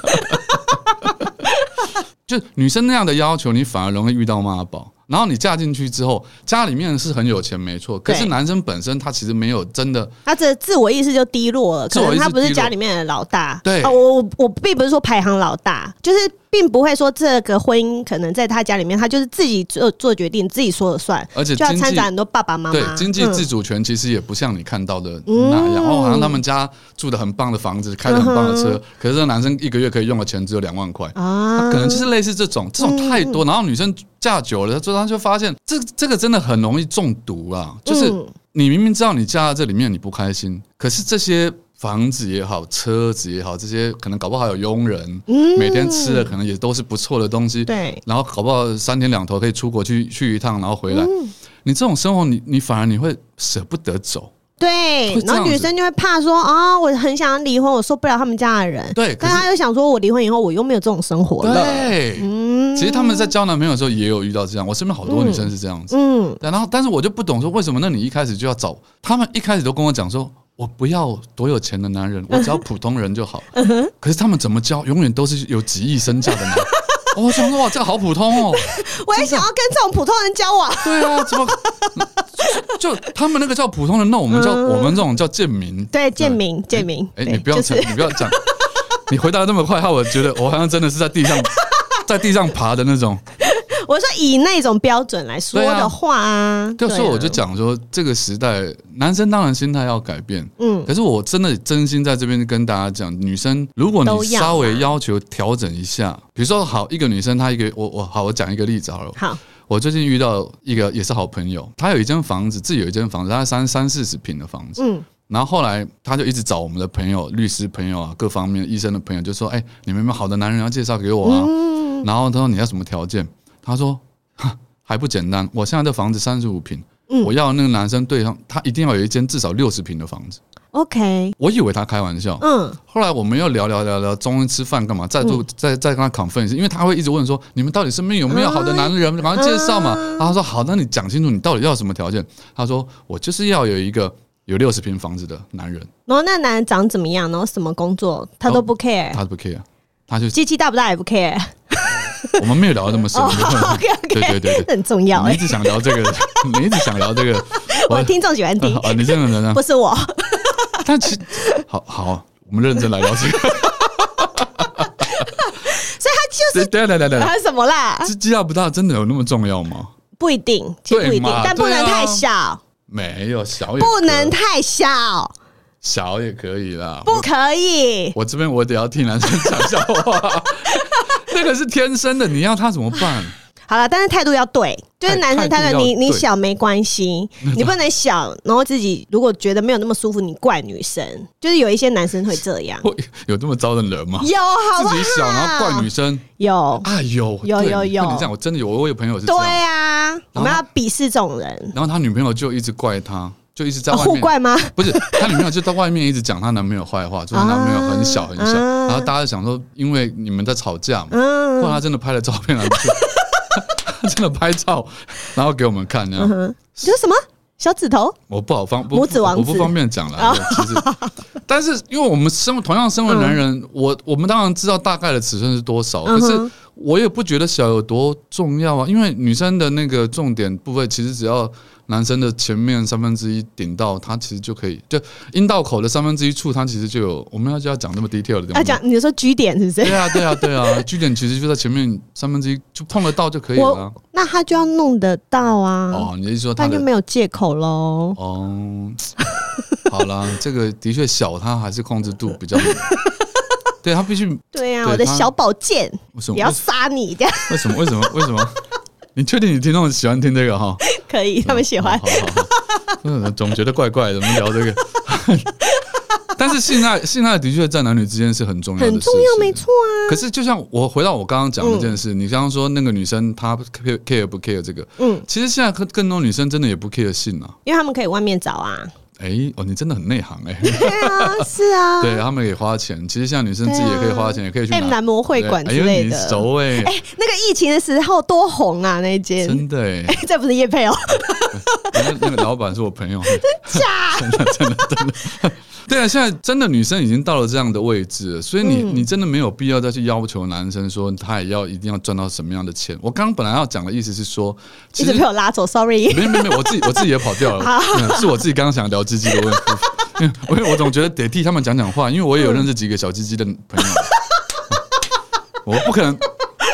S2: 就女生那样的要求，你反而容易遇到妈宝。然后你嫁进去之后，家里面是很有钱没错，可是
S1: 对
S2: 男生本身他其实没有真的
S1: 他这自我意识就低落了，
S2: 自
S1: 可
S2: 我意
S1: 能
S2: 识
S1: 他不
S2: 低
S1: 是
S2: 落
S1: 家里面的老大。
S2: 对
S1: 啊我我我并不是说排行老大，就是并不会说这个婚姻可能在他家里面，他就是自己做做决定，自己说了算，
S2: 而且
S1: 就要
S2: 经济
S1: 掺杂很多爸爸妈
S2: 对
S1: 妈
S2: 经济自
S1: 嗯
S2: 主权，其实也不像你看到的那样。哦，好像他们家住的很棒的房子，开的很棒
S1: 嗯
S2: 的车，可是这男生一个月可以用的钱只有两万块。
S1: 啊，
S2: 可能就是类似这种，这种太多，然后女生嫁久了之后，她就发现这这个真的很容易中毒啊！就是
S1: 嗯
S2: 你明明知道你嫁在这里面你不开心，可是这些房子也好，车子也好，这些可能搞不好有佣人，
S1: 嗯
S2: 每天吃的可能也都是不错的东西，
S1: 对，
S2: 然后搞不好三天两头可以出国去去一趟，然后回来，
S1: 嗯
S2: 你这种生活你你反而你会舍不得走，
S1: 对
S2: 会，这
S1: 然后
S2: 样
S1: 女
S2: 子
S1: 生就会怕说啊，我很想离婚，我受不了他们家的人。
S2: 对可
S1: 但
S2: 是
S1: 她又想说，我离婚以后我又没有这种生活了。
S2: 对，
S1: 嗯
S2: 其实他们在交男朋友的时候也有遇到这样，我身边好多女生是这样子。
S1: 嗯，
S2: 对，然后但是我就不懂说为什么？那你一开始就要找他们一开始都跟我讲说，我不要多有钱的 男人，我只要普通人就好。
S1: 嗯
S2: 可是他们怎么教，永远都是有几亿身价的 男人。哦我想说哇，这个好普通哦。
S1: 我也想要跟这种普通人交往。
S2: 对啊，怎么 就就他们那个叫普通人，那我们叫、我们这种叫贱民。
S1: 嗯对，建明，建明，
S2: 哎、
S1: 对
S2: 你不要
S1: 就
S2: 讲，
S1: 是
S2: 你不要讲， 你回答得这么快，害我觉得我好像真的是在地上 在地上爬的那种。
S1: 我说以那种标准来说的话啊，
S2: 就
S1: 对啊
S2: 所以我就，讲说，这个时代男生当然心态要改变，
S1: 嗯
S2: 可是我真的真心在这边跟大家讲，女生，如果
S1: 都
S2: 你
S1: 要
S2: 稍微
S1: 啊
S2: 要求调整一下，比如说好一个女生，她一个我我好，我讲一个例子好了。
S1: 好，
S2: 我最近遇到一个也是好朋友，她有一间房子，自己有一间房子，大概三三四十平的房子。
S1: 嗯
S2: 然后后来她就一直找我们的朋友、律师朋友啊，各方面医生的朋友，就说：“哎、你们有没有好的男人要介绍给我啊？”
S1: 嗯，
S2: 然后她说：“你要什么条件？”她说：“哈，还不简单，我现在的房子三十五平，
S1: 嗯
S2: 我要那个男生对象，他一定要有一间至少六十平的房子。
S1: ，OK，”
S2: 我以为她开玩笑，
S1: 嗯，
S2: 后来我们又聊聊聊聊，中间吃饭干嘛？再度再再跟他 confirm，一次因为他会一直问说，你们到底身边有没有好的男人？赶快介绍嘛。然后他说好，那你讲清楚你到底要什么条件？他说我就是要有一个有六十平房子的男人，
S1: 然后哦那男人长怎么样，然后什么工作，他都不 care，
S2: 他不 care，他就
S1: 机器大不大也不 care，
S2: 我们没有聊得那么
S1: 哦
S2: 深。
S1: OK
S2: 对
S1: OK，
S2: 对对对，
S1: 很重要
S2: 你
S1: 哎
S2: 一，直想聊这个， 你一直想聊这个，
S1: 我听众喜欢听，
S2: 啊，你这样的人
S1: 不，是我，
S2: 但其实好好，我们认真来聊这个。
S1: 所以他就
S2: 对
S1: 是啊
S2: 对对对对，
S1: 他什么啦，
S2: 这鸡大不大真的有那么重要吗？
S1: 不一定，其实不一
S2: 对
S1: 定
S2: 嘛，
S1: 但不能
S2: 对啊
S1: 太小，
S2: 没有小也
S1: 不
S2: 可以
S1: 能太小，
S2: 小也可以啦。
S1: 不可以。
S2: 我这边我得要替男生讲笑 话，那个是天生的，你要他怎么办？
S1: 好了，但是态度要对，就是
S2: 态
S1: 男生
S2: 态度
S1: 态度，
S2: 要
S1: 你你
S2: 对
S1: 小没关系， 你不能小，然后自己如果觉得没有那么舒服，你怪女生，就是有一些男生会这样，
S2: 会有这么糟的人吗？
S1: 有啊好不好？
S2: 自己想，然后怪女生，
S1: 有，
S2: 哎呦，
S1: 有
S2: 对
S1: 有
S2: 你
S1: 有
S2: 跟你讲，我真的有，我有朋友是这
S1: 对
S2: 样，
S1: 啊，我们要鄙视这种人，
S2: 然后他女朋友就一直怪他，就一直在
S1: 哦
S2: 外
S1: 互
S2: 面。
S1: 怪吗？
S2: 不是，他女朋友就到外面一直讲她男朋友坏话， 说她男朋友很小很小，
S1: 啊
S2: 然后大家想说，因为你们在吵架嘛，
S1: 嗯
S2: 后来他真的拍了照片来， 他真的拍照，然后给我们看，那样
S1: 嗯，哼，你说什么？小指头？
S2: 我不好方不
S1: 拇指王子哦
S2: 我不方便讲了。对 其实，但是因为我们身同样身为男人，我我们当然知道大概的尺寸是多少，
S1: 嗯
S2: 可
S1: 哼
S2: 是我也不觉得小有多重要啊。因为女生的那个重点部位，其实只要男生的前面三分之一顶到，他其实就可以，就阴道口的三分之一处，他其实就有。我们要就要讲那么 detail 的东西。
S1: 要啊讲你说居点是不是？
S2: 对啊，对啊，对啊，据点其实就在前面三分之一，就碰得到就可以了啊。
S1: 那他就要弄得到啊，
S2: 哦，你是说
S1: 不
S2: 他
S1: 然
S2: 的
S1: 就没有借口喽。
S2: 哦，好啦， 这个的确小，它还是控制度 比较难。对他必须
S1: 对呀、
S2: 对
S1: 我的
S2: 他
S1: 小宝剑
S2: 为什么
S1: 也要杀你，这样
S2: 为什么为什么为什么？你确定你听众喜欢听这个哈？
S1: 可以，他们 喜欢。
S2: 好好好，嗯，总觉得怪怪的，我们聊这个。 但是性爱，性爱的确在男女之间是很重要的，
S1: 很重要，没。错嗯啊。
S2: 可是，就像我回到我刚刚讲那件事，你刚刚说那个女生她 care care 不 care 这个，
S1: 嗯，
S2: 其实现在更更多女生真的也不 care 性啊。
S1: 因为他们可以外面找啊。
S2: 哎、哦，你真的很内行哎、
S1: 对啊，是 啊。哎
S2: 对他们也花钱，其实现在女生自己也可以花钱，也可以去
S1: M
S2: 拿
S1: 男模会馆之
S2: 哎呦，
S1: 类
S2: 你
S1: 的。
S2: 熟哎、
S1: 哎、那个疫情的时候多红啊，那一间。
S2: 真的哎、
S1: 哎这不是叶佩哦，
S2: 那那个老板是我 朋友。
S1: 假
S2: 对啊，现在真的女生已经到了这样的位置了，所以你、
S1: 嗯
S2: 你真的没有必要再去要求男生说他也要一定要赚到什么样的钱。我刚刚本来要讲的意思是说，
S1: 一
S2: 其
S1: 直
S2: 实
S1: 被我拉走，sorry。
S2: 没有没有没有，我自己我自己也跑掉了，嗯是我自己刚刚想聊鸡鸡的问题，因为因为我总觉得得替他们讲讲话，因为我也有认识几个小鸡鸡的朋 友，我不可能，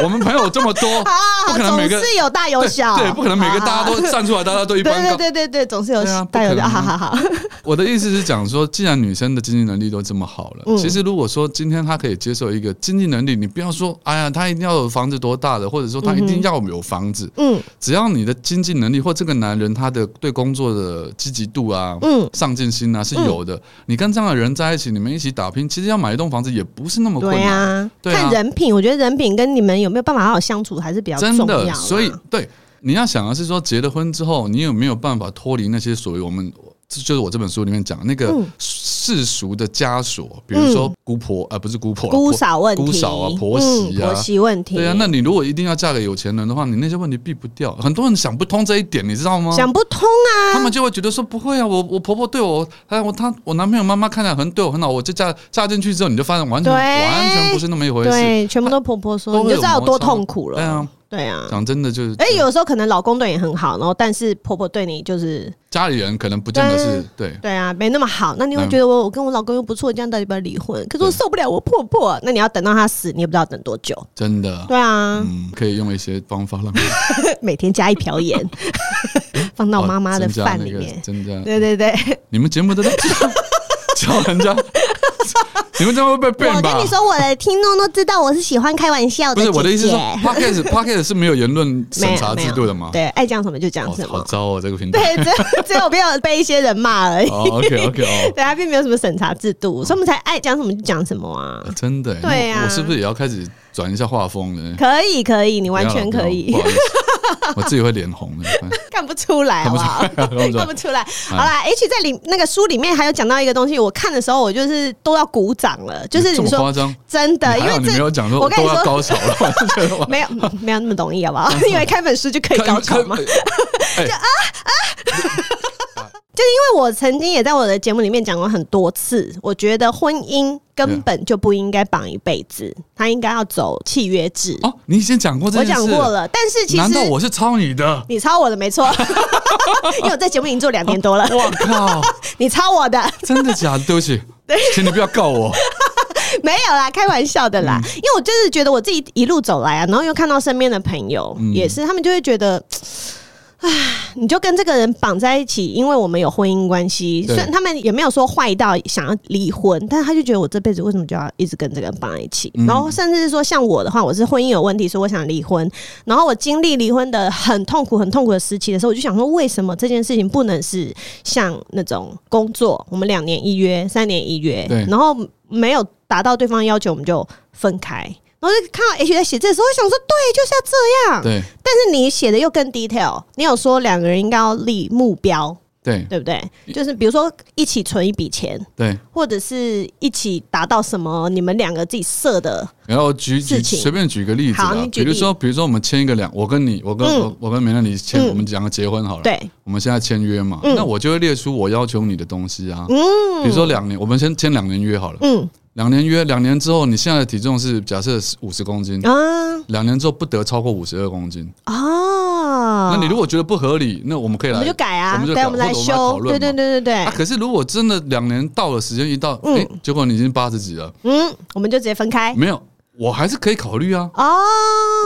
S2: 我们朋友这么多， 不可能每
S1: 啊总
S2: 个哎
S1: 是有大有小，
S2: 对，不可能每个大家都站出来，大家都一
S1: 对
S2: 般
S1: 对
S2: 高。
S1: 对对对，总是有
S2: 对啊
S1: 大有
S2: 不可
S1: 小，
S2: 能
S1: 好
S2: 啊
S1: 好 好，
S2: 我的意思是讲说，既然女生的经济能力都这么好
S1: 嗯
S2: 了，其实如果说今天她可以接受一个经济能力，你不要说，哎呀，她一定要有房子多大的，或者说她一定要有房子，
S1: 嗯，
S2: 只要你的经济能力或这个男人他的对工作的积极度啊，
S1: 嗯
S2: 上进心啊是有的。你跟这样的人在一起，你们一起打拼，其实要买一栋房子也不是那么困
S1: 对
S2: 难。
S1: 啊，
S2: 对啊
S1: 看人品，我觉得人品跟你们有没有办法好好相处还是比较
S2: 真
S1: 重要啊
S2: 的，
S1: 啦。
S2: 所以对你要想的是说，结了婚之后，你有没有办法脱离那些所谓我们，这就是我这本书里面讲那
S1: 嗯
S2: 个世俗的枷锁，比如说姑婆，呃，不是姑婆啦，
S1: 姑
S2: 婆
S1: 嫂问题，
S2: 姑嫂啊，婆
S1: 嗯
S2: 媳啊
S1: 婆。媳问题，
S2: 对啊，那你如果一定要嫁给有钱人的话，你那些问题避不掉。很多人想不通这一点，你知道吗？
S1: 想不通啊，
S2: 他们就会觉得说不会啊，我我婆婆对我，哎，我她我男朋友妈妈看起来很对我很好，我就嫁嫁进去之后，你就发现完全
S1: 对
S2: 完全不是那么一回事。
S1: 对，全部都婆婆说，
S2: 都
S1: 你
S2: 会
S1: 就
S2: 有
S1: 知道有多
S2: 摩擦
S1: 痛苦了。
S2: 对啊，
S1: 对啊，
S2: 讲真的就是，
S1: 哎，有时候可能老公对你很好，然后但是婆婆对你就是
S2: 家里人可能不见得是对。
S1: 对啊，没那么好，那你会觉得我我跟我老公又不错，这样到底要不要离婚？可是我受不了我婆婆，那你要等到她死，你也不知道等多久。
S2: 真的，
S1: 对啊，
S2: 嗯，可以用一些方法让
S1: 每天加一瓢 盐，放到
S2: 哦
S1: 妈妈的
S2: 增加
S1: 饭
S2: 那
S1: 里
S2: 个
S1: 面。
S2: 增加，
S1: 对对对，
S2: 你们节目都在 教人家， 你们这样会被
S1: 我
S2: 变吧
S1: 跟你？说，我的听众都知道我是喜欢开玩笑的。
S2: 不是我的意思是
S1: 姐
S2: 说
S1: 姐
S2: ，podcast podcast 是没有言论审查制度的嘛？
S1: 对，爱讲什么就讲
S2: 好
S1: 什
S2: 好
S1: 么。
S2: 糟哦，这个频道。
S1: 对，只 有只有没有被一些人骂而已。
S2: 哦，OK OK 哦，
S1: 对，他并没有什么审查制度，所以我们才爱讲什么就讲什么啊。
S2: 啊真的耶，
S1: 对啊
S2: 那我是不是也要开始转一下画风呢？
S1: 可以，可以，你完全
S2: 不要
S1: 可
S2: 了
S1: 以
S2: 不，要了不好意思，我自己会脸红的。
S1: 看不出来，好不 好？
S2: 看不出来看不出来嗯
S1: 看不出来。好啦，H 在里那个书里面还有讲到一个东西，我看的时候我就是都要鼓掌了， 就是
S2: 这
S1: 你
S2: 么
S1: 说
S2: 夸张，
S1: 真的，
S2: 你
S1: 因
S2: 还好
S1: 为
S2: 你
S1: 这
S2: 没有讲说
S1: 我
S2: 我
S1: 跟你
S2: 都要
S1: 说。
S2: 高潮了，我就觉 得我
S1: 没有没有那么容易，好不 好？你以为开本书就可以
S2: 看
S1: 高潮吗？啊
S2: 看哎
S1: 因为我曾经也在我的节目里面讲过很多次，我觉得婚姻
S2: 嗯
S1: 根本就不应该绑一辈子，它应该要走契约制。
S2: 哦，你以前讲过这
S1: 我
S2: 件事，
S1: 讲过了，但是其
S2: 难
S1: 实
S2: 道我是抄你 的？
S1: 你抄我的没错，因为我在节目已经做两年多了，
S2: 我靠！
S1: 你抄我的
S2: 真的假的？对不起，请你不要告我。
S1: 没有啦，开玩笑的啦。因为我就是觉得我自己一路走来啊，然后又看到身边的朋友、也是，他们就会觉得。唉，你就跟这个人绑在一起，因为我们有婚姻关系，虽
S2: 对
S1: 然他们也没有说坏到想要离婚，但他就觉得我这辈子为什么就要一直跟这个人绑在一起？然后甚至是说，像我的话，我是婚姻有问题，所以我想离婚。然后我经历离婚的很痛苦、很痛苦的时期的时候，我就想说，为什么这件事情不能是像那种工作，我们两年一约、三年一约
S2: 对，
S1: 然后没有达到对方要求，我们就分开。然后就看到 H 在写字的时候，我想说，对，就是要这样。
S2: 对
S1: 但是你写的又更 detail，你有说两个人应该要立目标，
S2: 对
S1: 对不对？就是比如说一起存一笔钱，
S2: 对，
S1: 或者是一起达到什么你们两个自己设的，
S2: 然后举举
S1: 事情
S2: 随便举个例子
S1: 好
S2: 啦
S1: 你，举例
S2: 比如说比如说我们签一个两，我跟你，我跟
S1: 嗯
S2: 我我跟梅兰妮签，
S1: 嗯
S2: 我们两个结婚好了。
S1: 对，
S2: 我们现在签约嘛，
S1: 嗯
S2: 那我就会列出我要求你的东西啊。比如说两年，我们先签两年约好了。
S1: 嗯
S2: 两年约，两年之后你现在的体重是假设五十公斤，
S1: 啊
S2: 两年之后不得超过五十二公斤。
S1: 啊，哦
S2: 那你如果觉得不合理，那我们可以
S1: 我
S2: 来，
S1: 们就改啊
S2: 我们，就
S1: 对，
S2: 改，
S1: 我们来
S2: 或者
S1: 修
S2: 讨，论
S1: 对
S2: 嘛
S1: 对。对对对
S2: 啊，，可是如果真的两年到了，时间一到，
S1: 嗯
S2: 哎，结果你已经八十几了，
S1: 嗯，我们就直接分开
S2: 没有，我还是可以考虑啊。
S1: 哦。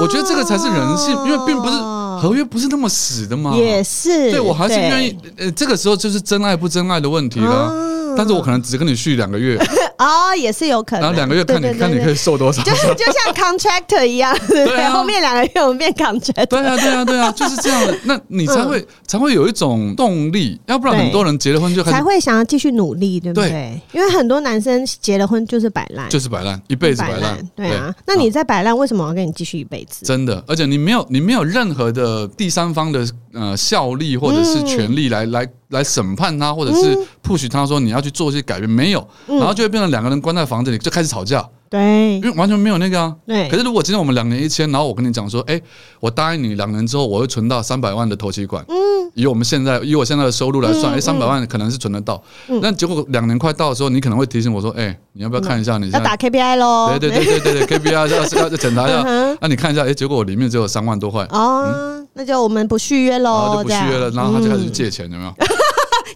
S2: 我觉得这个才是人性，因为并不是合约不是那么死的嘛。
S1: 也是，
S2: 对我还是愿意。呃，这个时候就是真爱不真爱的问题啦
S1: 哦。
S2: 但是我可能只跟你续两 个月，
S1: 哦，也是有可能。
S2: 然后两个月看你
S1: 对对对
S2: 看你可以
S1: 对
S2: 瘦多少。
S1: 就是就像 contractor 一样，对不
S2: 对
S1: 对？
S2: 啊
S1: 后面两个月我们变 contractor，
S2: 对啊，对啊，对啊，就是这样的。那你才
S1: 嗯
S2: 会才会有一种动力，要不然
S1: 对
S2: 很多人结了婚就开
S1: 才
S2: 始
S1: 会想要继续努力，对不
S2: 对
S1: 对？因为很多男生结了婚就是摆烂，
S2: 就是摆烂，一辈子摆烂。啊
S1: 对啊。那你在摆烂，为什么我要跟你继续一辈子？
S2: 真的，而且你没有你没有任何的第三方的呃效力或者是权
S1: 嗯
S2: 利来、来来审判他，或者是 push 他说你要去做一些改变，没有，
S1: 嗯
S2: 然后就会变成两个人关在房子里就开始吵架，
S1: 对
S2: 因为完全没有那个啊。
S1: 对
S2: 可是如果今天我们两年一签，然后我跟你讲说，哎、我答应你两年之后我会存到三百万的投期款，嗯，以我们现在以我现在的收入来算，
S1: 嗯
S2: 哎、三百、万可能是存得到，那结果两年快到的时候，你可能会提醒我说，哎、你要不要看一下你
S1: 要
S2: 现在
S1: 打 KPI 喽。
S2: 对对对 对对对，KPI 要要要检查一下
S1: 嗯哼。
S2: 那你看一下，哎，结果我里面只有三万多块，
S1: 哦，那就我们不续约
S2: 然
S1: 喽，
S2: 后嗯哦就不续约了，
S1: 这
S2: 然
S1: 样
S2: 后他就开始去
S1: 嗯
S2: 借钱，有没有？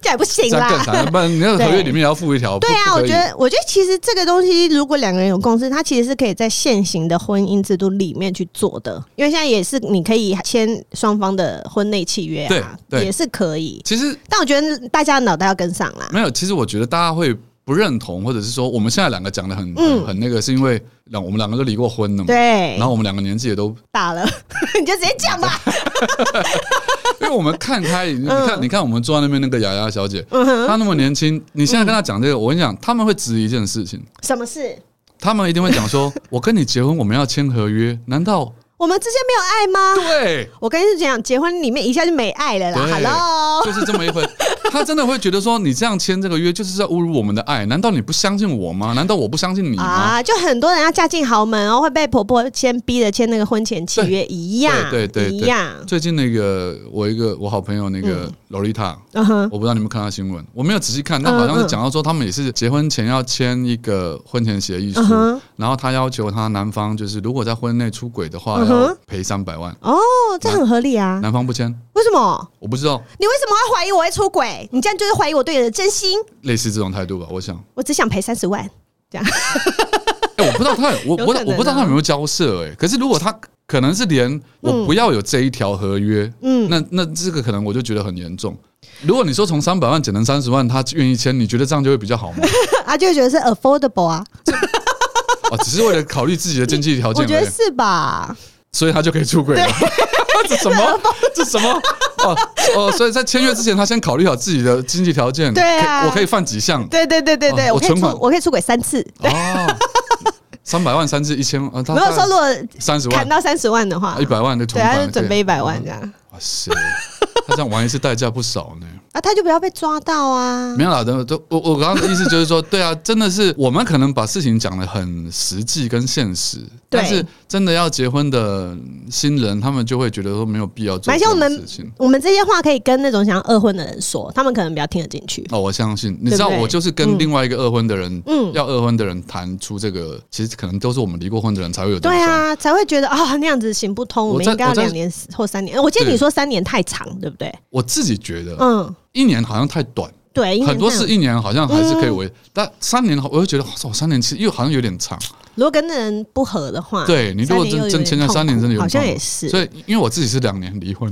S1: 这样也不行
S2: 这样更
S1: 啦。
S2: 惨，不然你那个合约里面也要付一条。不
S1: 对啊，
S2: 不
S1: 我
S2: 可以
S1: 觉得，我觉得其实这个东西，如果两个人有共识，它其实是可以在现行的婚姻制度里面去做的，因为现在也是你可以签双方的婚内契约啊，
S2: 对对
S1: 也是可以。
S2: 其实
S1: 但我觉得大家的脑袋要跟上啦。
S2: 没有，其实我觉得大家会不认同，或者是说我们现在两个讲的很
S1: 嗯
S2: 很很那个，是因为两我们两个都离过婚了嘛。
S1: 对
S2: 然，后我们两个年纪 也都，
S1: 打了你就直接讲 吧。
S2: 因为我们看开，你看，你看我们坐在那边那个雅雅小姐，
S1: 嗯哼，嗯
S2: 她那么年轻，你现在跟她讲这个，我跟你讲，他们会质疑一件事情，
S1: 什么事？
S2: 他们一定会讲 说，我跟你结婚，我们要签合约，难道
S1: 我们之间没有爱吗？
S2: 对？
S1: 我跟你讲，结婚里面一下就没爱了啦。
S2: 对
S1: Hello，
S2: 就是这么一回。他真的会觉得说，你这样签这个约就是在侮辱我们的爱？难道你不相信我吗？难道我不相信你吗？
S1: 啊，就很多人要嫁进豪门哦，会被婆婆先逼着签那个婚前契约一样，
S2: 对对对
S1: 一
S2: 对
S1: 样。
S2: 最近那个我一个我好朋友那个洛丽塔，
S1: 嗯哼，
S2: 我不知道你们看到新闻，我没有仔细看，但好像
S1: 嗯
S2: 是讲到说他们也是结婚前要签一个婚前协议书
S1: 嗯哼，
S2: 然后他要求他男方就是如果在婚内出轨的话
S1: 嗯哼
S2: 要赔三百万，
S1: 哦，这很合理啊。
S2: 男方不签，
S1: 为什么？
S2: 我不知道
S1: 你为什么要怀疑我会出轨？你这样就是怀疑我对你的真心。
S2: 类似这种态度吧，我想。
S1: 我只想赔三十万， 这样
S2: 哎、我不知道他有，我
S1: 有
S2: 我
S1: 可能啊
S2: 我不知道他有没有交涉哎、可是如果他可能是连我不要有这一条合约，
S1: 嗯
S2: 嗯，那那这个可能我就觉得很严重。如果你说从三百万减成三十万，他愿意签，你觉得这样就会比较好 吗？
S1: 啊，就会觉得是 affordable 啊。
S2: 哦，只是为了考虑自己的经济条
S1: 我
S2: 件
S1: 觉
S2: 而已
S1: 得，是吧？
S2: 所以他就可以出轨了。 这什么？这什么？哦哦，所以在签约之前，他先考虑好自己的经济条件。
S1: 对啊
S2: 可以我可以犯几项。
S1: 对对对对对，
S2: 哦
S1: 我可以
S2: 我存
S1: 出
S2: 款
S1: 我可以出轨三次。
S2: 哦，三百万三至一千啊，他
S1: 没有说如果
S2: 三十
S1: 砍
S2: 万，
S1: 到三十万的话，
S2: 一百万的存
S1: 对，
S2: 款嗯
S1: 他
S2: 可以，
S1: 就准备一百万这样，
S2: 哇塞，他这样玩一次代价不少呢。
S1: 啊，他就不要被抓到啊
S2: 没。有啦，都都我我刚刚的意思就是说，对啊，真的是我们可能把事情讲得很实际跟现实，
S1: 对
S2: 但是真的要结婚的新人，他们就会觉得说没有必要做
S1: 蛮
S2: 这
S1: 像我
S2: 种
S1: 们
S2: 事情。
S1: 我们这些话可以跟那种想要二婚的人说，他们可能比较听得进去。
S2: 哦，我相信，你知道，
S1: 对不对
S2: 我就是跟另外一个二婚的人，
S1: 嗯
S2: 要二婚的人谈出这个，其实可能都是我们离过婚的人才会有这
S1: 对
S2: 种想法。
S1: 啊，才会觉得啊、那样子行不通，我
S2: 我
S1: 们
S2: 在
S1: 应该要
S2: 我在
S1: 两年或三年。我记得你说三年太长，对不对？
S2: 我自己觉得
S1: 嗯，
S2: 一年好像太短，
S1: 对，因为
S2: 很多
S1: 那样嗯
S2: 事一年好像还是可以维，但三年我又觉得，哇塞，三年其实又好像有点长。
S1: 如果跟那人不合的话，
S2: 对你如果真真签
S1: 了
S2: 下三年，真的有
S1: 好
S2: 点
S1: 像
S2: 痛
S1: 也
S2: 苦
S1: 是，
S2: 所
S1: 以
S2: 以因为我自己是两年离婚，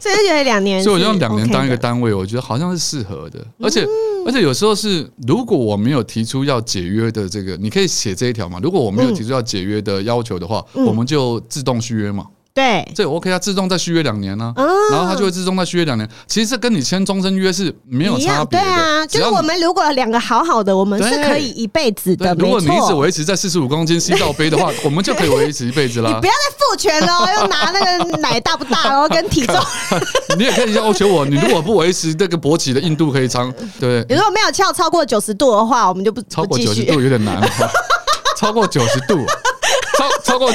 S1: 所以就觉得两年，
S2: 所以我就用两年当一个，单位，我觉得好像是适合的。而且而且有时候是，如果我没有提出要解约的这个，你可以写这一条嘛。如果我没有提出要解约的要求的话，
S1: 嗯
S2: 我们就自动续约嘛。
S1: 对，
S2: 这也 OK 啊，自动再续约两年呢、
S1: 啊
S2: 然后他就会自动再续约两年。其实这跟你签终身约是没有
S1: 一
S2: 差
S1: 样，
S2: 别
S1: 对
S2: 的。
S1: 啊，
S2: 只
S1: 就是
S2: 要
S1: 我们如果两个好好的，我们是
S2: 对
S1: 可以一辈子
S2: 对
S1: 的，，
S2: 如果
S1: 没
S2: 你一直
S1: 错。
S2: 维持在四十五公斤吸罩杯的 话，我们就可以维持一辈子
S1: 你
S2: 啦
S1: 不。要再父权喽， 又拿那个奶大不大哦，跟体重，
S2: 你也可以要求我，你如果不维持这个勃起的硬度可以长，对
S1: 你
S2: 不对，
S1: 如果没有翘超过九十度的话，我们就不
S2: 超
S1: 不
S2: 过
S1: 继
S2: 九十
S1: 续。
S2: 度有点难，超过九十度，超超过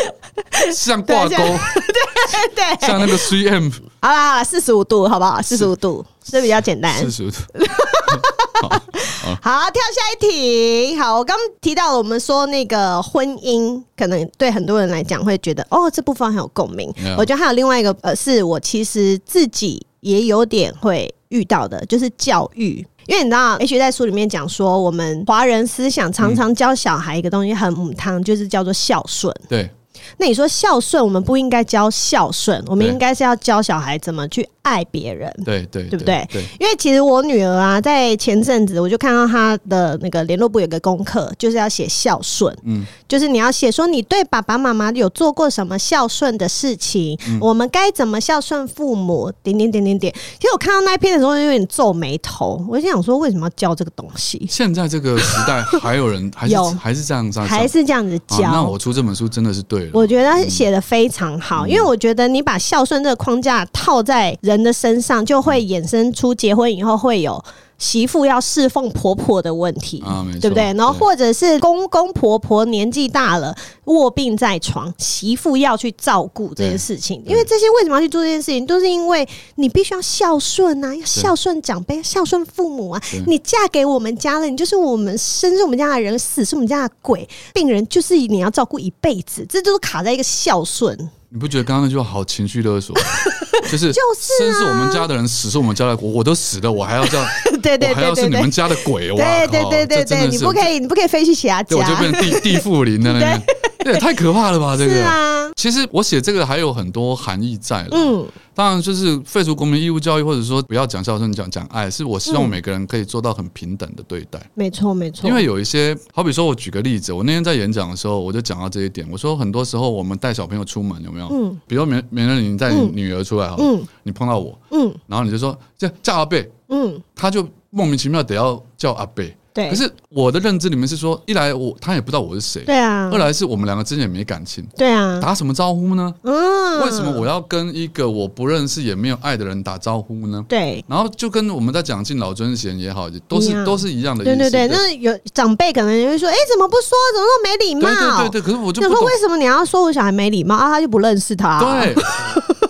S2: 像挂钩
S1: 对， 啊哎对，
S2: 像那个 C M
S1: 好哎啦好啦，四十五度好不好？四十五度，这比较简单。
S2: 四十度。
S1: 好，跳下一题。好，我刚提到了我们说那个婚姻，可能对很多人来讲会觉得哦，这部分很有共鸣。
S2: Yeah
S1: 我觉得还有另外一个呃，是我其实自己也有点会遇到的，就是教育。因为你知道，H 在书里面讲说，我们华人思想常常教小孩一个东西很母汤，就是叫做孝顺。
S2: 对，
S1: 那你说孝顺，我们不应该教孝顺，我们
S2: 对
S1: 应该是要教小孩怎么去爱别人。
S2: 对，对，
S1: 对不对
S2: 对，
S1: 因为其实我女儿啊，在前阵子我就看到她的那个联络部有个功课，就是要写孝顺，
S2: 嗯
S1: 就是你要写说你对爸爸妈妈有做过什么孝顺的事情，
S2: 嗯
S1: 我们该怎么孝顺父母，点点点点点。其实我看到那一篇的时候，我就有点皱眉头，我就想说为什么要教这个东西，
S2: 现在这个时代还有人还是
S1: 有
S2: 还是这样在
S1: 还
S2: 上
S1: 是这样子
S2: 啊
S1: 教？
S2: 那我出这本书真的是对了，嗯
S1: 我觉得写的非常好，因为我觉得你把孝顺这个框架套在人的身上，就会衍生出结婚以后会有媳妇要侍奉婆婆的问题，
S2: 啊没错
S1: 对不对？然后
S2: 对
S1: 或者是公公婆婆年纪大了卧病在床，媳妇要去照顾这件事情。
S2: 对
S1: 因为这些为什么要去做这件事情，都是因为你必须要孝顺啊，要孝顺长辈，孝顺父母啊
S2: 对。
S1: 你嫁给我们家了，你就是我们生是我们家的人，死是我们家的鬼。病人就是你要照顾一辈子，这就是卡在一个孝顺。
S2: 你不觉得刚刚那句话好情绪 勒索吗？就是
S1: 就是啊
S2: 生是我们家的人，死是我们家的鬼，我都死了，我还要这样，
S1: 对对
S2: 我还
S1: 对
S2: 要是
S1: 对
S2: 你
S1: 对
S2: 们。家的鬼，哇
S1: 对
S2: 靠
S1: 对对对
S2: 这真
S1: 对，
S2: 的
S1: 你
S2: 是
S1: 不可以，你不可以飞去其他
S2: 对我就
S1: 家，
S2: 变成地地缚灵在 那边，这也太可怕了吧？这
S1: 是
S2: 个
S1: 啊，
S2: 其实我写这个还有很多含义在了，
S1: 嗯，
S2: 当然就是废除国民义务教育，或者说不要讲孝顺，讲讲爱，是我希望
S1: 嗯
S2: 每个人可以做到很平等的对待。
S1: 没错没错，
S2: 因为有一些，好比说，我举个例子，我那天在演讲的时候，我就讲到这一点。我说，很多时候我们带小朋友出门，有没有？
S1: 嗯
S2: 比如梅梅人，你带你
S1: 嗯
S2: 女儿出来哈，
S1: 嗯
S2: 你碰到我，
S1: 嗯
S2: 然后你就说这叫阿贝，
S1: 嗯，
S2: 他就莫名其妙得要叫阿贝。
S1: 对，
S2: 可是我的认知里面是说，一来我他也不知道我是谁，
S1: 对啊
S2: 二，来是我们两个之间也没感情，
S1: 对啊，
S2: 打什么招呼呢？
S1: 嗯，
S2: 为什么我要跟一个我不认识也没有爱的人打招呼呢？
S1: 对
S2: 然后就跟我们在讲敬老尊贤也好，也都是
S1: 一样
S2: 都是一样的意
S1: 对
S2: 思。
S1: 对对，那有长辈可能就会说，哎、怎么不说？怎么那么没礼
S2: 对
S1: 貌？
S2: 对对对，可是我就
S1: 就
S2: 不
S1: 说
S2: 懂
S1: 为。什么你要说我小孩没礼貌啊？他就不认识他，，
S2: 对，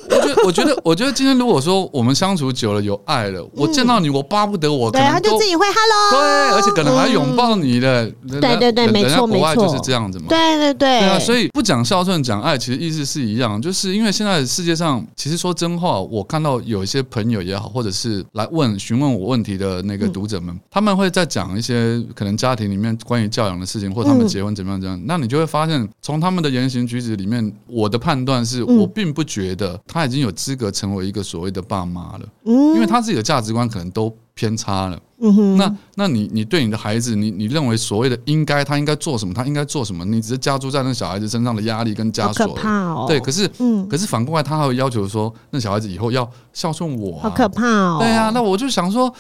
S2: 我觉得我觉得我觉得今天如果说我们相处久了有爱了，我见到你我巴不得我
S1: 嗯
S2: 可
S1: 对，他
S2: 能
S1: 就
S2: 都
S1: 自己会 hello，嗯
S2: 对，而且可能还拥抱你的。人
S1: 对
S2: 家
S1: 对对
S2: 人
S1: 没
S2: 人家
S1: 错
S2: 国外
S1: 没错
S2: 就是这样子嘛。
S1: 对对对，
S2: 对啊，所
S1: 以
S2: 以不讲孝顺，讲爱，其实意思是一样，就是因为现在世界上，其实说真话，我看到有一些朋友也好，或者是来问询问我问题的那个读者们，嗯他们会在讲一些可能家庭里面关于教养的事情，或他们
S1: 嗯
S2: 结婚怎么样怎么样，那你就会发现，从他们的言行举止里面，我的判断是
S1: 嗯
S2: 我并不觉得他已经有资格成为一个所谓的爸妈了，
S1: 嗯
S2: 因为他自己的价值观可能都偏差了。
S1: 嗯哼，
S2: 那那你你对你的孩子，你你认为所谓的应该他应该做什么，他应该做什么，你只是加注在那小孩子身上的压力跟枷
S1: 好可
S2: 锁而已。
S1: 怕哦，
S2: 对，可是
S1: 嗯，
S2: 可是反过来，他还会要求说，那小孩子以后要孝顺我、啊。
S1: 好可怕哦，
S2: 对啊，那我就想说，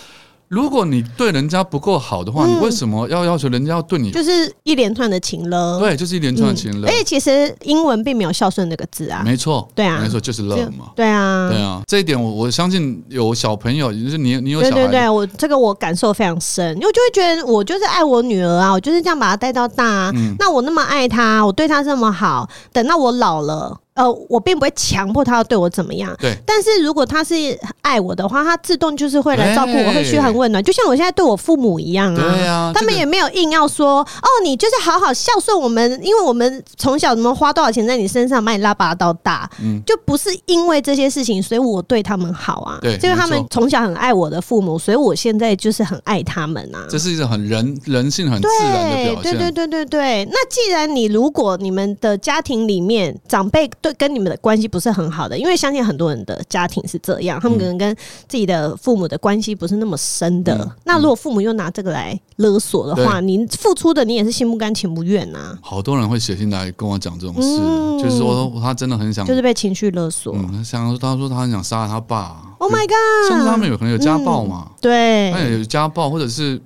S2: 如果你对人家不够好的话，
S1: 嗯
S2: 你为什么要要求人家要对你？
S1: 就是一连串的情了，
S2: 对，就是一连
S1: 嗯，
S2: 串的情了
S1: 而。且其实英文并没有孝顺这个字啊，
S2: 没错，
S1: 对啊
S2: 没错，就是
S1: 就
S2: love 嘛。
S1: 对啊，
S2: 对啊，这一点我我相信有小朋友，就是你你有
S1: 对
S2: 小
S1: 对
S2: 孩
S1: 对，我这个我感受非常深，因为我就会觉得我就是爱我女儿啊，我就是这样把她带到大、啊。
S2: 嗯
S1: 那我那么爱她，我对她这么好，等到我老了，呃，我并不会强迫她要对我怎么样。
S2: 对
S1: 但是如果她是爱我的话，她自动就是会来照顾我，
S2: 哎
S1: 会嘘寒问暖，就像我现在对我父母一样啊。
S2: 对啊
S1: 他
S2: 这
S1: 们
S2: 个
S1: 也没有硬要说哦，你就是好好孝顺我们，因为我们从小我们花多少钱在你身上，把你拉拔到大。
S2: 嗯，
S1: 就不是因为这些事情，所以我对他们好啊。
S2: 对
S1: 就是他
S2: 没
S1: 们
S2: 错
S1: 从小很爱我的父母，所以我现在就是很爱他们啊。
S2: 这是一种很人人性很自然的
S1: 对
S2: 表
S1: 对
S2: 现。
S1: 对对对对，那既然你如果你们的家庭里面长辈对跟你们的关系不是很好的，因为相信很多人的家庭是这样，他们可能跟自己的父母的关系不是那么深的。
S2: 嗯
S1: 那如果父母又拿这个来勒索的话，你付出的你也是心不甘情不愿啊，
S2: 好多人会写信来跟我讲这种事，
S1: 嗯
S2: 就是说他真的很想，
S1: 就是被情绪勒索。
S2: 嗯，他想他说他很想杀了他爸。
S1: Oh my
S2: 对
S1: god！嗯
S2: 甚至他们有可能有家暴嘛，
S1: 对，
S2: 他也有家暴，或者是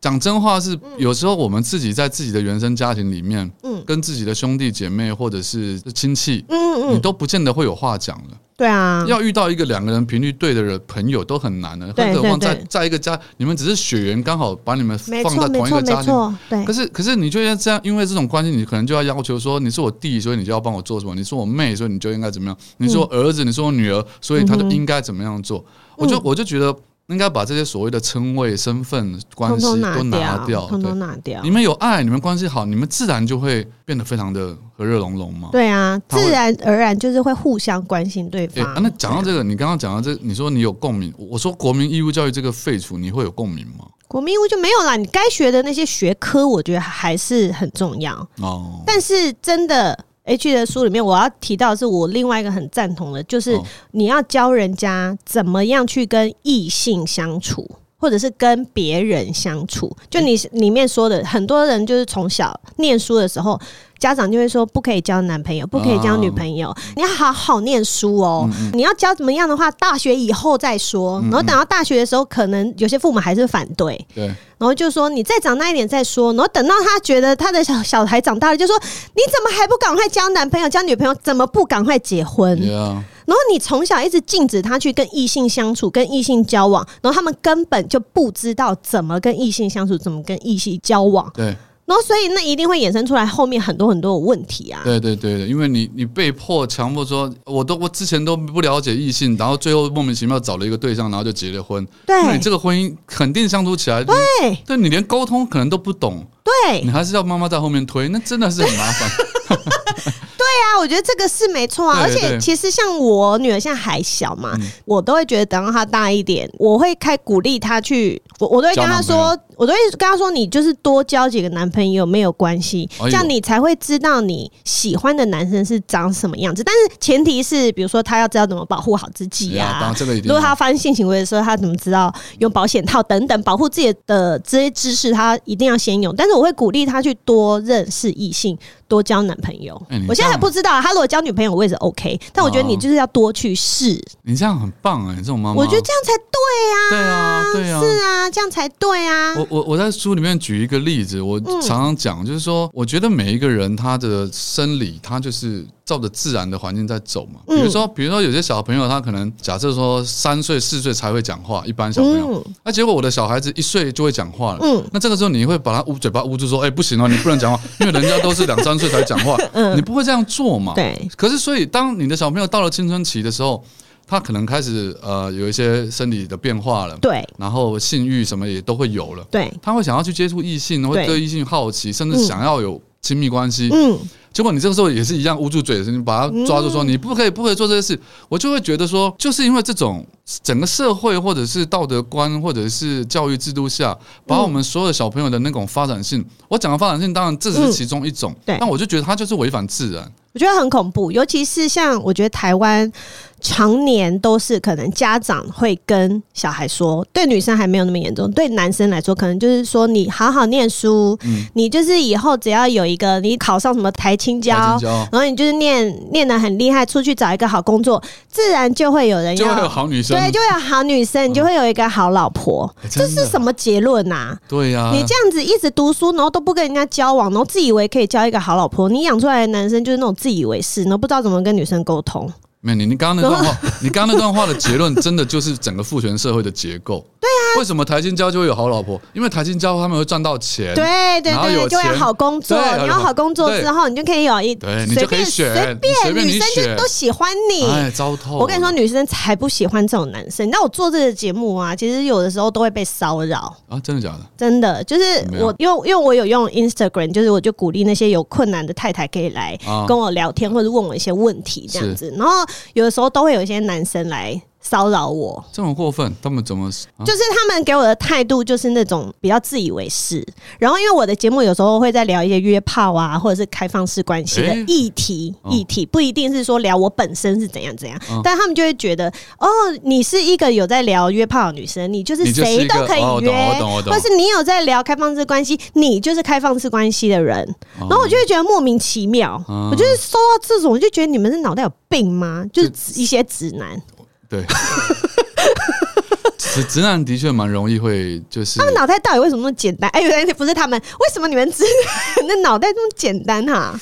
S2: 讲真话是，有时候我们自己在自己的原生家庭里面，
S1: 嗯
S2: 跟自己的兄弟姐妹或者是亲戚，
S1: 嗯
S2: 你
S1: 嗯，
S2: 都不见得会有话讲了。
S1: 对啊，
S2: 要遇到一个两个人频率对的人朋友都很难的，
S1: 对
S2: 更何况
S1: 对
S2: 在
S1: 对
S2: 在一个家，你们只是血缘刚好把你们
S1: 没
S2: 放
S1: 错，
S2: 在
S1: 没
S2: 同一
S1: 错，
S2: 个
S1: 没
S2: 家庭，
S1: 错，对
S2: 可，是可是你就要这样，因为这种关系，你可能就要要求说，你是我弟，所以你就要帮我做什么；你是我妹，
S1: 嗯嗯
S2: 所以你就应该怎么样；你是我儿子，你是我女儿，所以他就应该怎么样做。我就我就觉得应该把这些所谓的称谓、身份、关
S1: 通
S2: 系
S1: 通
S2: 都拿
S1: 拿
S2: 掉。
S1: 通
S2: 对
S1: 通拿掉
S2: 你。们有爱，你们关系好，你们自然就会变得非常的和乐融融嘛。
S1: 对啊，
S2: 他会
S1: 自然而然就是会互相关心对
S2: 诶
S1: 方。
S2: 啊那讲到这个，你刚刚讲到这，你说你有共鸣，我我说国民义务教育这个废除，你会有共鸣吗？
S1: 国民义务就没有啦，你该学的那些学科，我觉得还是很重要。
S2: 哦，
S1: 但是真的 H 的书里面，我要提到的是我另外一个很赞同的，就是
S2: 哦
S1: 你要教人家怎么样去跟异性相处。或者是跟别人相处，就你里面说的，很多人就是从小念书的时候，家长就会说不可以交男朋友，不可以交女朋友，你要好好念书哦。你要教怎么样的话，大学以后再说。然后等到大学的时候，可能有些父母还是反对，
S2: 对，
S1: 然后就说你再长大一点再说，然后等到他觉得他的小小孩长大了，就说你怎么还不赶快交男朋友、交女朋友，怎么不赶快结婚？
S2: yeah，
S1: 然后你从小一直禁止他去跟异性相处、跟异性交往，然后他们根本就不知道怎么跟异性相处、怎么跟异性交往，
S2: 对，
S1: 然后所以那一定会衍生出来后面很多很多的问题啊。
S2: 对对对对，因为你你被迫强迫说，我都我之前都不了解异性，然后最后莫名其妙找了一个对象，然后就结了婚。那
S1: 对
S2: 你这个婚姻肯定相处起来，对，
S1: 对
S2: 对你连沟通可能都不懂，
S1: 对
S2: 你还是要妈妈在后面推，那真的是很麻 烦。
S1: 啊，我觉得这个是没错啊。而
S2: 对
S1: 且
S2: 对嗯
S1: 其实像我女儿现在还小嘛，我都会觉得等到她大一点，我会开鼓励她去，我我都会跟她
S2: 交男朋
S1: 说，我都会跟她说，你就是多交几个男朋友没有关系，
S2: 哎呦
S1: 这样你才会知道你喜欢的男生是长什么样子。但是前提是，比如说她要知道怎么保护好自己呀、
S2: 呀啊当然这个一定
S1: 啊如果
S2: 要
S1: 她发生性行为的时候，她怎么知道用保险套等等保护自己的这些知识，她一定要先有。但是我会鼓励她去多认识异性，多交男朋友。
S2: 哎你
S1: 我现在
S2: 这样
S1: 还不知道，他如果交女朋友，我也是 OK。但我觉得你就是要多去试，
S2: 你这样很棒哎、这种妈妈，
S1: 我觉得这样才对
S2: 对啊，对
S1: 啊，
S2: 啊，
S1: 是啊，这样才对啊。
S2: 我我我在书里面举一个例子，我
S1: 嗯
S2: 常常讲，就是说，我觉得每一个人他的生理，他就是照着自然的环境在走嘛。
S1: 嗯
S2: 比如说，比如说有些小朋友他可能假设说三岁四岁才会讲话，一般小朋友，那、结果我的小孩子一岁就会讲话了，
S1: 嗯
S2: 那这个时候你会把他捂嘴巴捂住说，哎、不行哦，你不能讲话，因为人家都是两三岁才讲 话，你不会这样做嘛？
S1: 嗯对，
S2: 可是，所以当你的小朋友到了青春期的时候，他可能开始呃有一些生理的变化了，
S1: 对，
S2: 然后性欲什么也都会有了，
S1: 对，
S2: 他会想要去接触异性，会
S1: 对
S2: 对异性好奇，甚至想要有亲密关系。
S1: 嗯，
S2: 结果你这个时候也是一样捂住嘴，你把他抓住说你不可以，不可以做这些事。我就会觉得说，就是因为这种整个社会或者是道德观或者是教育制度下，把我们所有的小朋友的那种发展性，我讲的发展性当然这只是其中一种，
S1: 对
S2: 但我就觉得它就是违反自然。
S1: 我觉得很恐怖，尤其是像我觉得台湾常年都是可能家长会跟小孩说，对女生还没有那么严重，对男生来说可能就是说你好好念书，
S2: 嗯
S1: 你就是以后只要有一个你考上什么台青
S2: 台
S1: 交
S2: 青交。
S1: 然后你就是念念的很厉害，出去找一个好工作，自然就会有人
S2: 就会有
S1: 要，
S2: 好女生，
S1: 哎对，就会有好女生，你就会有一个好老婆。
S2: 哎
S1: 这
S2: 真的
S1: 是什么结论啊呐、
S2: 对呀、
S1: 你这样子一直读书，然后都不跟人家交往，然后自以为可以交一个好老婆，你养出来的男生就是那种自以为是，然后不知道怎么跟女生沟通。
S2: 没有你，你刚刚那
S1: 啊
S2: 段话，你刚刚那段话的结论，真的就是整个父权社会的结构。对啊，为什么台青交就会有好老婆？因为台青交他们会赚到钱，
S1: 对对
S2: 哎然后
S1: 对，
S2: 有
S1: 就会有
S2: 钱
S1: 好工作，
S2: 对
S1: 你有好工作之后，你就可以有一
S2: 对你
S1: 随
S2: 就可以
S1: 便
S2: 选
S1: 随
S2: 你随便
S1: 女
S2: 你
S1: 生就
S2: 选
S1: 都喜欢你。
S2: 哎，糟透了！
S1: 我跟你说，女生才不喜欢这种男生。你知道我做这个节目啊，其实有的时候都会被骚扰。
S2: 啊，真的假的？
S1: 真的，就是
S2: 怎
S1: 我
S2: 么样，
S1: 因为因为我有用 Instagram，就是我就鼓励那些有困难的太太可以来
S2: 啊
S1: 跟我聊天，或者问我一些问题这样子。然后有的时候都会有一些男生来骚扰我，
S2: 这么过分，他们怎么？啊
S1: 就是他们给我的态度就是那种比较自以为是。然后因为我的节目有时候会在聊一些约炮啊，或者是开放式关系的
S2: 诶
S1: 议题，
S2: 哦
S1: 议题不一定是说聊我本身是怎样怎样，
S2: 嗯
S1: 但他们就会觉得哦，你是一个有在聊约炮的女生，你就是
S2: 你就是
S1: 谁
S2: 一个
S1: 都可
S2: 哦
S1: 以
S2: 我
S1: 约，
S2: 懂我懂我懂
S1: 或是你有在聊开放式关系，你就是开放式关系的人。
S2: 啊
S1: 然后我就会觉得莫名其妙，
S2: 嗯
S1: 我就是收到这种，我就觉得你们是脑袋有病吗？就是一些直男。
S2: 对， 直直男的确蛮容易会就是
S1: 他们脑袋到底为什么那么简单？哎、原来不是他们，为什么你们 啊
S2: 嗯
S1: 直男的脑袋这么简单哈、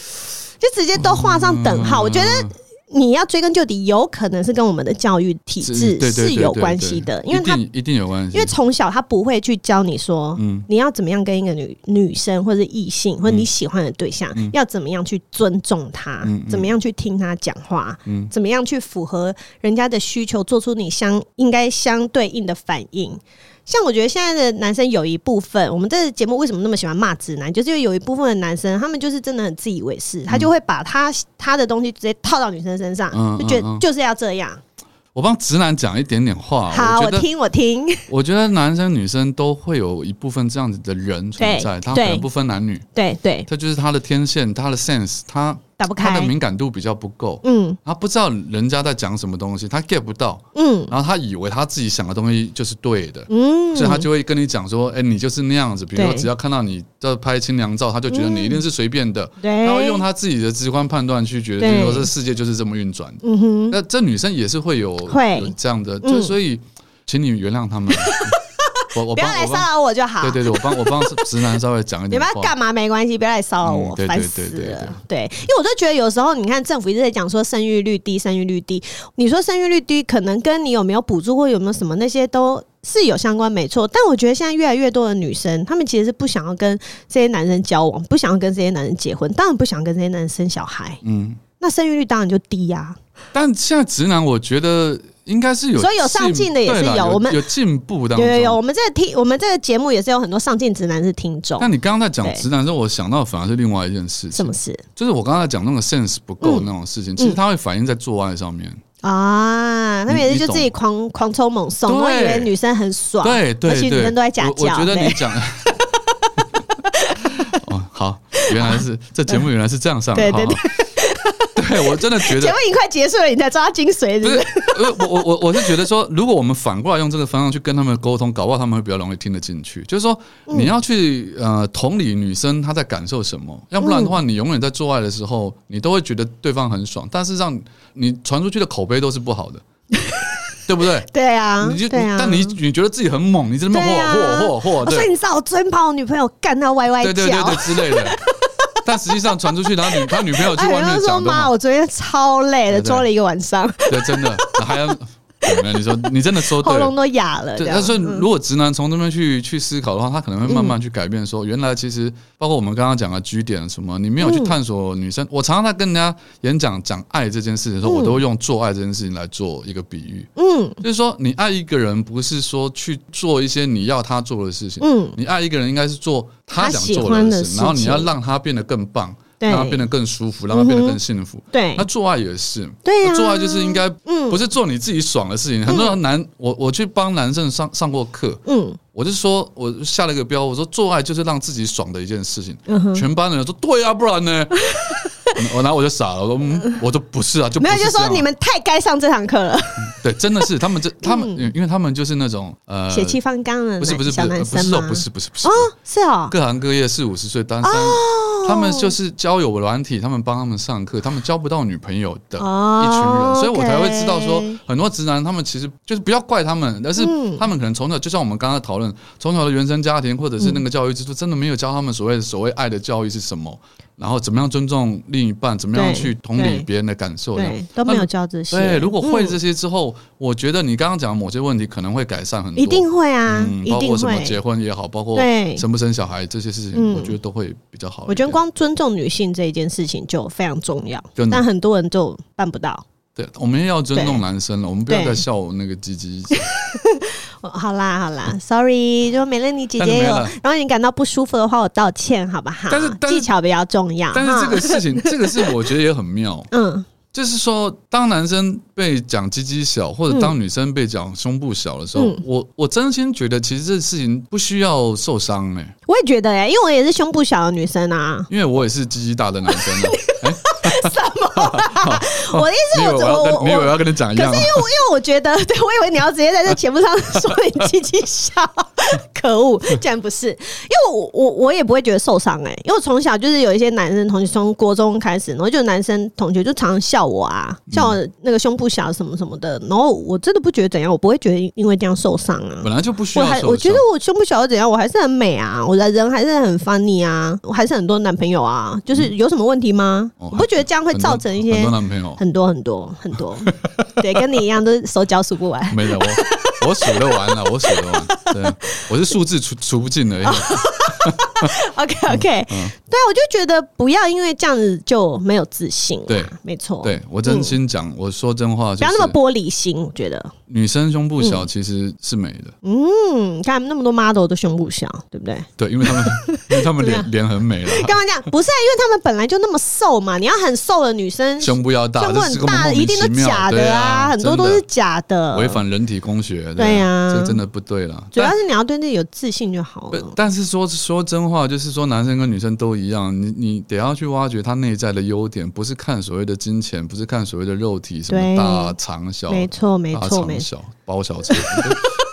S1: 就直接都画上等号。我觉得你要追根究底，有可能是跟我们的教育体制
S2: 对对对
S1: 是有关系的，因为
S2: 一
S1: 他
S2: 定一定有关系，
S1: 因为从小他不会去教你说，
S2: 嗯
S1: 你要怎么样跟一个女女生或者异性或者你喜欢的对象，
S2: 嗯
S1: 要怎么样去尊重他，
S2: 嗯嗯
S1: 怎么样去听他讲话，
S2: 嗯
S1: 怎么样去符合人家的需求，做出你相应该相对应的反应。像我觉得现在的男生有一部分，我们这个节目为什么那么喜欢骂直男，就是因为有一部分的男生，他们就是真的很自以为是，他就会把他他的东西直接套到女生身上，
S2: 嗯
S1: 就觉
S2: 嗯
S1: 得
S2: 嗯
S1: 就是要这样。
S2: 我帮直男讲一点点话，
S1: 好，
S2: 我
S1: 我
S2: 觉得
S1: 听我 听，
S2: 我觉得男生女生都会有一部分这样子的人存在，
S1: 对
S2: 他可
S1: 对
S2: 能不分男女，
S1: 对对，
S2: 这就是他的天线，他的 sense，他
S1: 打不
S2: 他
S1: 开
S2: 的，敏感度比较不够，
S1: 嗯
S2: 他不知道人家在讲什么东西，他 get 不到，
S1: 嗯
S2: 然后他以为他自己想的东西就是对的。
S1: 嗯，
S2: 所以他就会跟你讲说，哎、你就是那样子。比如说，
S1: 对嗯
S2: 只要看到你在拍清凉照，他就觉得你一定是随便的。
S1: 对，
S2: 他会用他自己的直观判断去觉得，
S1: 哎对
S2: 就是说这世界就是这么运转的。
S1: 嗯哼，
S2: 那这女生也是会有
S1: 会
S2: 有这样的，
S1: 嗯
S2: 就所以，请你原谅他们。我我
S1: 不要
S2: 帮
S1: 来
S2: 我
S1: 骚
S2: 帮，
S1: 扰我就好。
S2: 对对对，我帮我帮直男稍微讲一
S1: 你
S2: 点
S1: 们要
S2: 话。
S1: 干嘛没关系，不要来骚扰我
S2: 嗯，对
S1: 烦
S2: 对
S1: 死
S2: 对对
S1: 了。对，因为我就觉得有时候，你看政府一直在讲说生育率低，生育率低。你说生育率低，可能跟你有没有补助或有没有什么那些都是有相关，没错。但我觉得现在越来越多的女生，她们其实是不想要跟这些男人交往，不想要跟这些男人结婚，当然不想跟这些男人生小孩，
S2: 嗯，
S1: 那生育率当然就低呀、
S2: 但现在直男，我觉得应该是有进，
S1: 所以有上进的也是
S2: 对啦
S1: 有
S2: 有
S1: 我们
S2: 有进步当
S1: 有
S2: 中。
S1: 有有，我们这个听我们这个节目也是有很多上进直男是听啊众
S2: 那，你刚刚在讲
S1: 对
S2: 直男的时候，我想到反而是另外一件事
S1: 什
S2: 情
S1: 么，事
S2: 就是我刚刚在讲那个 sense 不够
S1: 嗯
S2: 那种事情，其实它会反映在做爱上面。
S1: 啊？他们
S2: 你
S1: 也是
S2: 你
S1: 就自己狂狂抽猛送，
S2: 对
S1: 我以为女生很爽，
S2: 对对
S1: 而且
S2: 对，
S1: 女生都在假
S2: 我我
S1: 叫
S2: 觉得
S1: 对
S2: 你讲， 哦，好，原来是这节目原来是这样上，
S1: 对
S2: 好
S1: 对对
S2: 好 对我真的觉
S1: 节
S2: 得
S1: 目。已经快结束了，你才抓精髓，是
S2: 不
S1: 不
S2: 是
S1: 是？，
S2: 呃，我我我我是觉得说，如果我们反过来用这个方向去跟他们沟通，搞不好他们会比较容易听得进去。就是说，
S1: 嗯
S2: 你要去呃同理女生她在感受什么，要不然的话，你永远在做爱的时候，你都会觉得对方很爽，但是让你传出去的口碑都是 不好的，对不对？
S1: 对啊，
S2: 你就
S1: 对啊，
S2: 但你你觉得自己很猛，你在那
S1: 对
S2: 边
S1: 啊，
S2: 嚯嚯嚯嚯，
S1: 所以
S2: 对
S1: 你知道我昨天把我女朋友干到歪歪
S2: 对对对
S1: 叫
S2: 对。之类的。但实际上传出去，然后女他女朋友 去
S1: 哎，
S2: 外
S1: 我
S2: 面
S1: 就说
S2: 讲的
S1: 妈，
S2: 嘛，
S1: 我昨天超累的，
S2: 对对
S1: 坐了一个晚上，
S2: 对，真的还要怎么样？你说你真的说对
S1: 喉咙
S2: 了。
S1: 都哑了。这
S2: 对，但
S1: 样
S2: 是
S1: 嗯
S2: 如果直男从这边去去思考的话，他可能会慢慢去改变说原来其实包括我们刚刚讲的居点什么，你没有去探索女生。我常常在跟人家演讲讲爱这件事的时候，我都会用做爱这件事情来做一个比喻，
S1: 嗯
S2: 就是说你爱一个人，不是说去做一些你要他做的事情，
S1: 嗯，
S2: 你爱一个人应该是做他想
S1: 他喜
S2: 做
S1: 欢
S2: 的
S1: 的
S2: 事，
S1: 事情
S2: 然后你要让他变得更棒，
S1: 对嗯
S2: 让他变得更舒服，让他变得更幸福。
S1: 对
S2: 那做爱也是，
S1: 对啊，
S2: 做爱就是应该
S1: 嗯
S2: 不是做你自己爽的事情。很多男，我我去帮男生上上过课，
S1: 嗯
S2: 我就说我下了一个标，我说做爱就是让自己爽的一件事情。
S1: 嗯哼，
S2: 全班的人说对啊，不然呢？我然后我就傻了，我说嗯我说不是啊，就不
S1: 没
S2: 是
S1: 有，就
S2: 这样
S1: 说
S2: 啊
S1: 你们太该上这堂课了，
S2: 对，真的是他们这他们，因为他们就是那种呃，
S1: 嗯血气方刚的
S2: 不是
S1: 男
S2: 不是不
S1: 小
S2: 是
S1: 男
S2: 呃不
S1: 生
S2: 是
S1: 吗
S2: 哦？不是不是不是
S1: 哦，是哦，
S2: 各行各业四五十岁单身，他们就是交友软体，他们帮他们上课，他们交不到女朋友的一群人，
S1: 哦
S2: 所以我才会知道说
S1: OK
S2: 很多直男他们其实就是不要怪他们，而是
S1: 嗯
S2: 他们可能从小就像我们刚刚讨论，从小的原生家庭或者是那个教育制度，真的没有教他们所谓的所谓爱的教育是什么，然后怎么样尊重另一半，怎么样
S1: 对
S2: 去同
S1: 对
S2: 理别人的感受，
S1: 对，都没有。教这些。
S2: 对，如果会这
S1: 嗯
S2: 些之后，我觉得你刚刚讲的某些问题可能会改善很多，
S1: 一定会啊，
S2: 嗯，
S1: 一
S2: 包
S1: 定
S2: 括什么
S1: 会
S2: 结。婚也好，包括
S1: 对
S2: 生不生小孩这些事
S1: 嗯
S2: 情，我觉得都会比较好一点。
S1: 我觉得光尊重女性这一件事情就非常重要
S2: 真，的
S1: 但很多人就办不到。
S2: 对，我们也要尊重男生了，我们不要
S1: 对
S2: 再笑我那个鸡鸡。
S1: 哦好啦好啦，sorry，就美乐你姐
S2: 嗯但是
S1: 姐
S2: 没
S1: 有
S2: 了，
S1: 然后你感到不舒服的话，我道歉好不好？
S2: 但是但是
S1: 技巧比较重要。
S2: 但是这个
S1: 啊哈
S2: 事情，这个是我觉得也很妙，
S1: 嗯
S2: 就是说，当男生被讲鸡鸡小，或者
S1: 嗯
S2: 当女生被讲胸部小的时候，
S1: 嗯
S2: 我我真心觉得其实这事情不需要受伤哎、。
S1: 我也觉得哎、因为我也是胸部小的女生啊
S2: 因为我也是鸡鸡大的男生、啊。 哎，
S1: 我的意思
S2: 哦你以
S1: 是
S2: 为
S1: 我
S2: 我
S1: 我我
S2: 要跟你以为我
S1: 我，
S2: 要跟你讲一
S1: 可是因
S2: 样、
S1: 为
S2: 啊？
S1: 我因为我觉得， 对我以为你要直接在这节目上 说你鸡鸡小， 可恶，竟然不是，因为我我我也不会觉得受伤哎、因为我从小就是有一些男生同学，从国中开始，然后就有男生同学就常常笑我啊，笑
S2: 嗯
S1: 我那个胸部小什么什么的，然后我真的不觉得怎样，我不会觉得因为这样受伤啊。
S2: 本来就不需
S1: 我
S2: 要
S1: 还
S2: 受伤。
S1: 我觉得我胸部小又怎样，我还是很美啊，我的人还是很 funny 啊，我还是很多男朋友啊，就是有什么问题吗？
S2: 哦
S1: 我不觉得这样会
S2: 很多
S1: 造成一
S2: 很
S1: 些
S2: 多男朋友
S1: 很多很多很多， 对，跟你一样都是手脚数不 完。
S2: 没了，我我数得完了，我数得完，对，我是数字除除不尽而已。
S1: 哦 OK
S2: 嗯
S1: OK，、对啊，我就觉得不要因为这样子就没有自信啦。啊
S2: 对
S1: 没错，
S2: 对我真心讲，我说真话，
S1: 不嗯
S2: 就
S1: 要
S2: 是
S1: 那么玻璃心，我觉得。
S2: 女生胸部小其实是美的，
S1: 嗯，你看那么多 model 都胸部小，对不对？
S2: 对，因为她 们因为她们
S1: 啊
S2: 脸脸很美了，
S1: 干嘛这 样？不是、啊，因为他们本来就那么瘦嘛，你要很瘦的女生，
S2: 胸部要大，
S1: 胸部
S2: 这
S1: 很
S2: 是个
S1: 大
S2: 莫
S1: 的
S2: 名
S1: 一定都
S2: 其妙
S1: 假
S2: 对
S1: 的啊，很多都是
S2: 真
S1: 假的
S2: 的。违反人体工学，
S1: 对啊
S2: 这真的不对了。
S1: 主要
S2: 但哦
S1: 是你要对自己有自信就好
S2: 不
S1: 了。
S2: 但是说说真话，就是说男生跟女生都一样，你你得要去挖掘他内在的优点，不是看所谓的金钱，不是看所谓的肉体什
S1: 对
S2: 么大长小，
S1: 没错，没
S2: 大
S1: 错，
S2: 肠
S1: 没错。
S2: 小包小肠，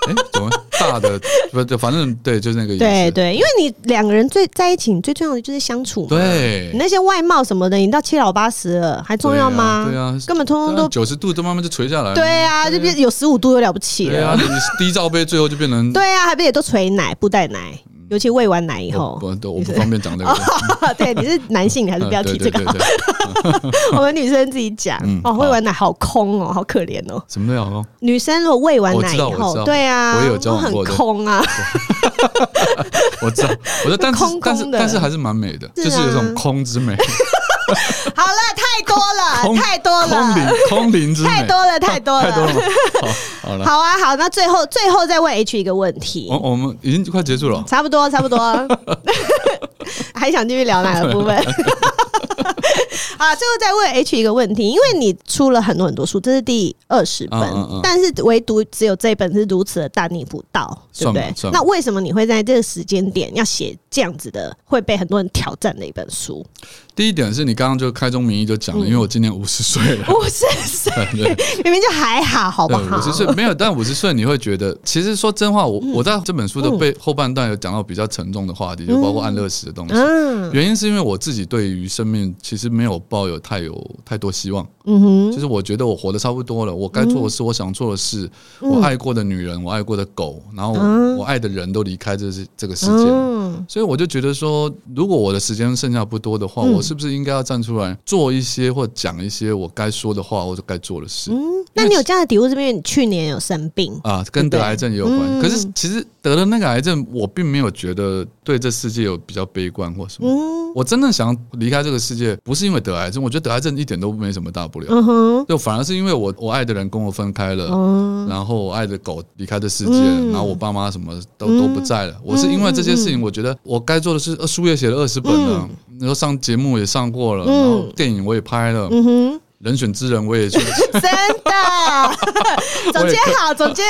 S2: 哎、怎么大的不就反正对，就是那个意思。
S1: 对对，因为你两个人最在一起，你最重要的就是相处嘛。
S2: 对
S1: 你那些外貌什么的，你到七老八十了还重要吗？
S2: 对啊对啊
S1: 根本通通都
S2: 九十度都慢慢就垂下来了。
S1: 对啊，就变有十五度有了不起
S2: 对啊，
S1: 了。
S2: 你低罩杯最后就变成
S1: 对啊，还不也都垂奶、不带奶，尤其喂完奶以
S2: 我
S1: 后。
S2: 嗯不我不方便讲这个，
S1: 对，你是男性，你还是
S2: 嗯
S1: 不要提这个
S2: 对
S1: 好
S2: 对对对
S1: 我们女生自己讲
S2: 嗯
S1: 哦，
S2: 好
S1: 喂完奶好空哦，好可怜哦。
S2: 什么都有哦。
S1: 女生如果喂完奶以
S2: 我知道我知
S1: 后，
S2: 道
S1: 对啊，
S2: 我也有交往
S1: 很
S2: 过的
S1: 空啊，
S2: 我知道，我知道，但是
S1: 空空的
S2: 但是但是还是蛮美的，
S1: 是啊
S2: 就是有一种空之 美，
S1: 好了，太多
S2: 空
S1: 了，太多
S2: 空灵
S1: 了，
S2: 空灵之美，
S1: 啊太多了，太多
S2: 太多了
S1: 了。
S2: 吗。好，好了，
S1: 好啊，好，那最后最后再问 H 一个问题，
S2: 我我们已经快结束了。
S1: 差不多，差不 多，还想继续聊哪个部分？啊，最后再问 H 一个问题，因为你出了很多很多书，这是第二十本，
S2: 嗯嗯嗯
S1: 但是唯独只有这一本是如此的大逆不道，对不对
S2: 算吧？算吧
S1: 那为什么你会在这个时间点要写这样子的会被很多人挑战的一本 书？
S2: 第一点是你刚刚就开宗明义就讲了，
S1: 嗯
S2: 因为我今年五十岁了，
S1: 五十岁
S2: 对对
S1: 明明就还好，哦好不
S2: 对，
S1: 好？
S2: 五十岁没有，但五十岁你会觉得，其实说真话，我、
S1: 嗯
S2: 我在这本书的背后半段有讲到比较沉重的话题，就包括安乐死的东西。
S1: 嗯
S2: 原因是因为我自己对于生命其实没有抱有太有太多希望，
S1: 嗯哼，
S2: 就是我觉得我活得差不多了，我该做的事，我想做的事，我爱过的女人，我爱过的狗，然后我,、
S1: 嗯
S2: 我爱的人都离开这是这个世界了。
S1: 嗯
S2: 所以我就觉得说，如果我的时间剩下不多的话，
S1: 嗯
S2: 我是不是应该要站出来做一些或讲一些我该说的话或者该做的事？
S1: 嗯，那你有这样的体悟，是因为你去年有生病，
S2: 啊，跟得癌症也有关。
S1: 嗯
S2: 可是其实得了那个癌症，我并没有觉得对这世界有比较悲观或什么。
S1: 嗯
S2: 我真的想离开这个世界，不是因为得癌症，我觉得得癌症一点都没什么大不了，
S1: 嗯哼，
S2: 就反而是因为我我爱的人跟我分开了。
S1: 嗯。
S2: 然后我爱的狗离开这世界，
S1: 嗯
S2: 然后我爸妈什么都、都不在了。我是因为这些
S1: 嗯
S2: 事情，我觉得我该做的事，呃书也写了二十本了，然后上节目也上过了，
S1: 嗯
S2: 然后电影我也拍了，
S1: 嗯哼，
S2: 人选之人我也 去
S1: 真的，总监好，总监，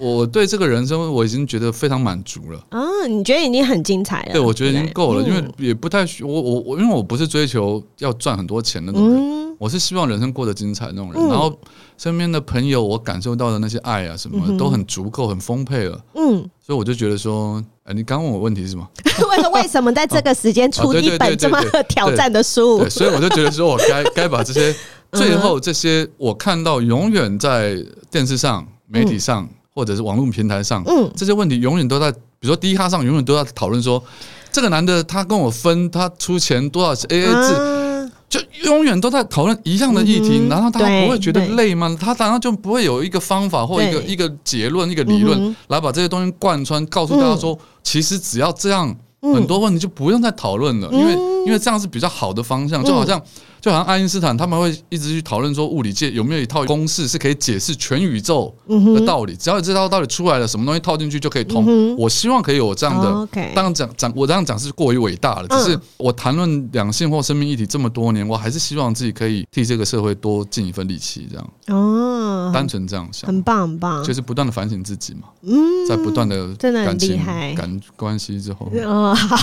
S2: 我对这个人生我已经觉得非常满足了。
S1: 嗯，你觉得已经很精彩了？
S2: 对，我觉得已
S1: 对不嗯
S2: 经够了，
S1: 对
S2: 因为也不太需我我我，因为我不是追求要赚很多钱的那种人，
S1: 嗯
S2: 我是希望人生过得精彩那种人。
S1: 嗯
S2: 然后身边的朋友，我感受到的那些爱啊什
S1: 嗯哼
S2: 么，都很足够，很丰沛了。
S1: 嗯，
S2: 所以我就觉得说，哎，你刚问我问题是吗？
S1: 为什么为什么在这个时间出
S2: 哦对对
S1: 一本
S2: 对对
S1: 这么
S2: 对
S1: 挑战的书
S2: 对，？所以我就觉得说我该该把这些最后这些我看到永远在电视上、媒体上或者是网络平台上，
S1: 嗯
S2: 这些问题永远都在，比如说第一咖上永远都在讨论说，这个男的他跟我分，他出钱哎多少 A A 制，
S1: 啊，
S2: 就永远都在讨论一样的议题，
S1: 嗯哼
S2: 难道他
S1: 对
S2: 不会觉得
S1: 对
S2: 累吗？他难道就不会有一个方法或一个
S1: 对
S2: 一个结论、一个理论、
S1: 嗯
S2: 来把这些东西贯穿，告诉大家说，其实只要这样，很多问题就不用再讨论
S1: 嗯
S2: 了，因为因为这样是比较好的方向。就好像就好像爱因斯坦他们会一直去讨论说，物理界有没有一套公式是可以解释全宇宙的道理？只要这套道理出来了，什么东西套进去就可以
S1: 嗯
S2: 通
S1: 哼。
S2: 我希望可以有这样
S1: 哦
S2: 的
S1: ，OK，
S2: 当然讲讲，我这样讲是过于伟大了。只是
S1: 嗯
S2: 我谈论两性或生命议题这么多年，我还是希望自己可以替这个社会多尽一份力气，这样
S1: 哦，
S2: 单纯这样想，
S1: 很棒，很棒
S2: 就，是不断的反省自己嘛，
S1: 嗯
S2: 在不断的
S1: 真的很
S2: 感
S1: 厉
S2: 情
S1: 害
S2: 感关系 之后，
S1: 哦，好，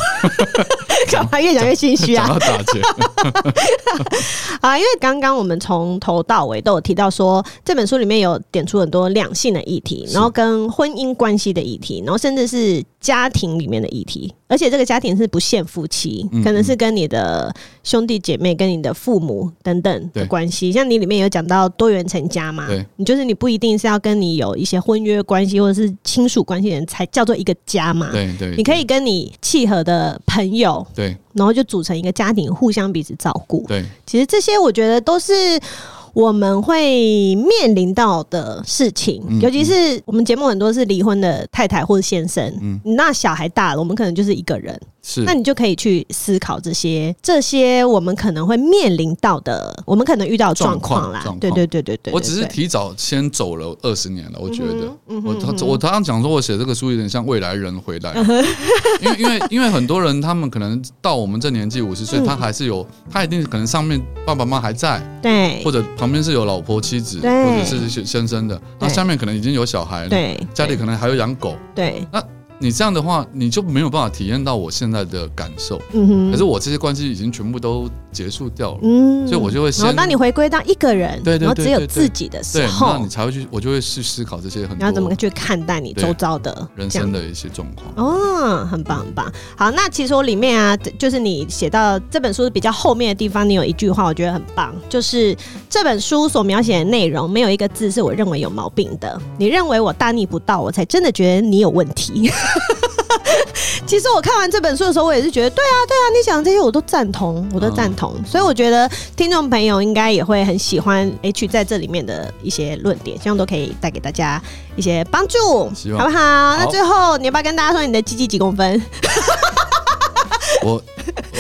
S1: 干嘛越讲越心虚啊
S2: 讲？到打 结，
S1: 啊，因为刚刚我们从头到尾都有提到说，这本书里面有点出很多两性的议题，
S2: 是
S1: 然后跟婚姻关系的议题，然后甚至是家庭里面的议题，而且这个家庭是不限夫妻，
S2: 嗯
S1: 可能是跟你的兄弟姐妹跟你的父母等等的
S2: 对
S1: 关系。像你里面有讲到多元成家嘛
S2: 对，
S1: 你就是你不一定是要跟你有一些婚约关系或者是亲属关系的人才叫做一个家嘛。
S2: 对对，
S1: 你可以跟你契合的朋友，
S2: 对
S1: 然后就组成一个家庭，互相彼此照顾。
S2: 对
S1: 其实这些我觉得都是我们会面临到的事情，
S2: 嗯
S1: 尤其是我们节目很多是离婚的太太或者先生，嗯
S2: 嗯，
S1: 那小孩大了，我们可能就是一个人，
S2: 是
S1: 那你就可以去思考这些这些我们可能会面临到的，我们可能遇到的状况啦
S2: 状，况
S1: 对对对对对，
S2: 我只是
S1: 对
S2: 提早先走了二十年了，我觉得。
S1: 嗯哼
S2: 我
S1: 嗯
S2: 常我常常讲说，我写这个书有点像未来人回来， 因为因为因为很多人他们可能到我们这年纪五十岁，
S1: 嗯
S2: 他还是有他一定可能上面爸爸妈妈还在，
S1: 对
S2: 或者旁边是有老婆妻子
S1: 对
S2: 或者是先先生的，那
S1: 对
S2: 下面可能已经有小孩了，
S1: 对
S2: 家里可能还有养狗，
S1: 对，
S2: 你这样的话你就没有办法体验到我现在的感受，
S1: 嗯哼，
S2: 可是我这些关系已经全部都结束掉了，
S1: 嗯
S2: 所以我就会
S1: 然后
S2: 先
S1: 当你回归到一个人，
S2: 对对
S1: 然
S2: 对
S1: 后只有
S2: 对对
S1: 自己的时
S2: 对，那
S1: 候
S2: 你，才会去，我就会去思考这些很
S1: 你要怎么
S2: 多
S1: 去看待你
S2: 对
S1: 周遭的
S2: 人
S1: 这样
S2: 生的一些状况。
S1: 哦，很棒很棒。好，那其实我里面啊，就是你写到这本书比较后面的地方，你有一句话我觉得很棒，就是这本书所描写的内容，没有一个字是我认为有毛病的。你认为我大逆不道，我才真的觉得你有问题。 其实我看完这本书的时候，我也是觉得，对啊，对啊，你讲的这些我都赞同，我都赞同。所以我觉得听众朋友应该也会很喜欢 H 在这里面的一些论点，希望都可以带给大家一些帮助，
S2: 希望
S1: 好不好？那最后你要不要跟大家说你的鸡鸡几公分？
S2: 我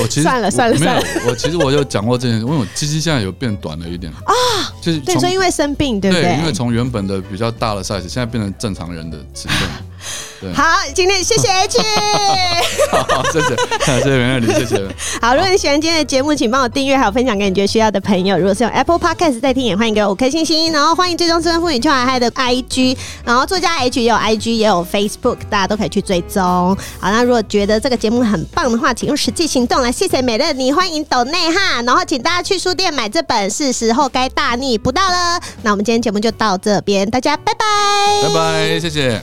S2: 我其实
S1: 算了
S2: 我
S1: 算了
S2: 没有
S1: 算，
S2: 我其实我有讲过这件事，因为我鸡鸡现在有变短了一点啊，就是
S1: 对，
S2: 从
S1: 所以因为生病，对不
S2: 因为从原本的比较大的 size，现在变成正常人的尺寸。 对
S1: 好，今天谢谢 H。
S2: 好，谢 谢，谢谢袁爱玲，谢谢。
S1: 好，如果你喜欢今天的节目，请帮我订阅，还有分享给你觉得需要的朋友。如果是用 Apple Podcast 在听，也欢迎给我五颗星星。然后欢迎追踪知恩妇女邱海嗨的 IG，然后作家 H 也有 IG，也有 Facebook，大家都可以去追踪。好，那如果觉得这个节目很棒的话，请用实际行动来谢谢美乐你，欢迎抖内哈。然后请大家去书店买这本《是时候该大逆不道了》。那我们今天节目就到这边，大家拜拜。
S2: 拜拜，谢谢。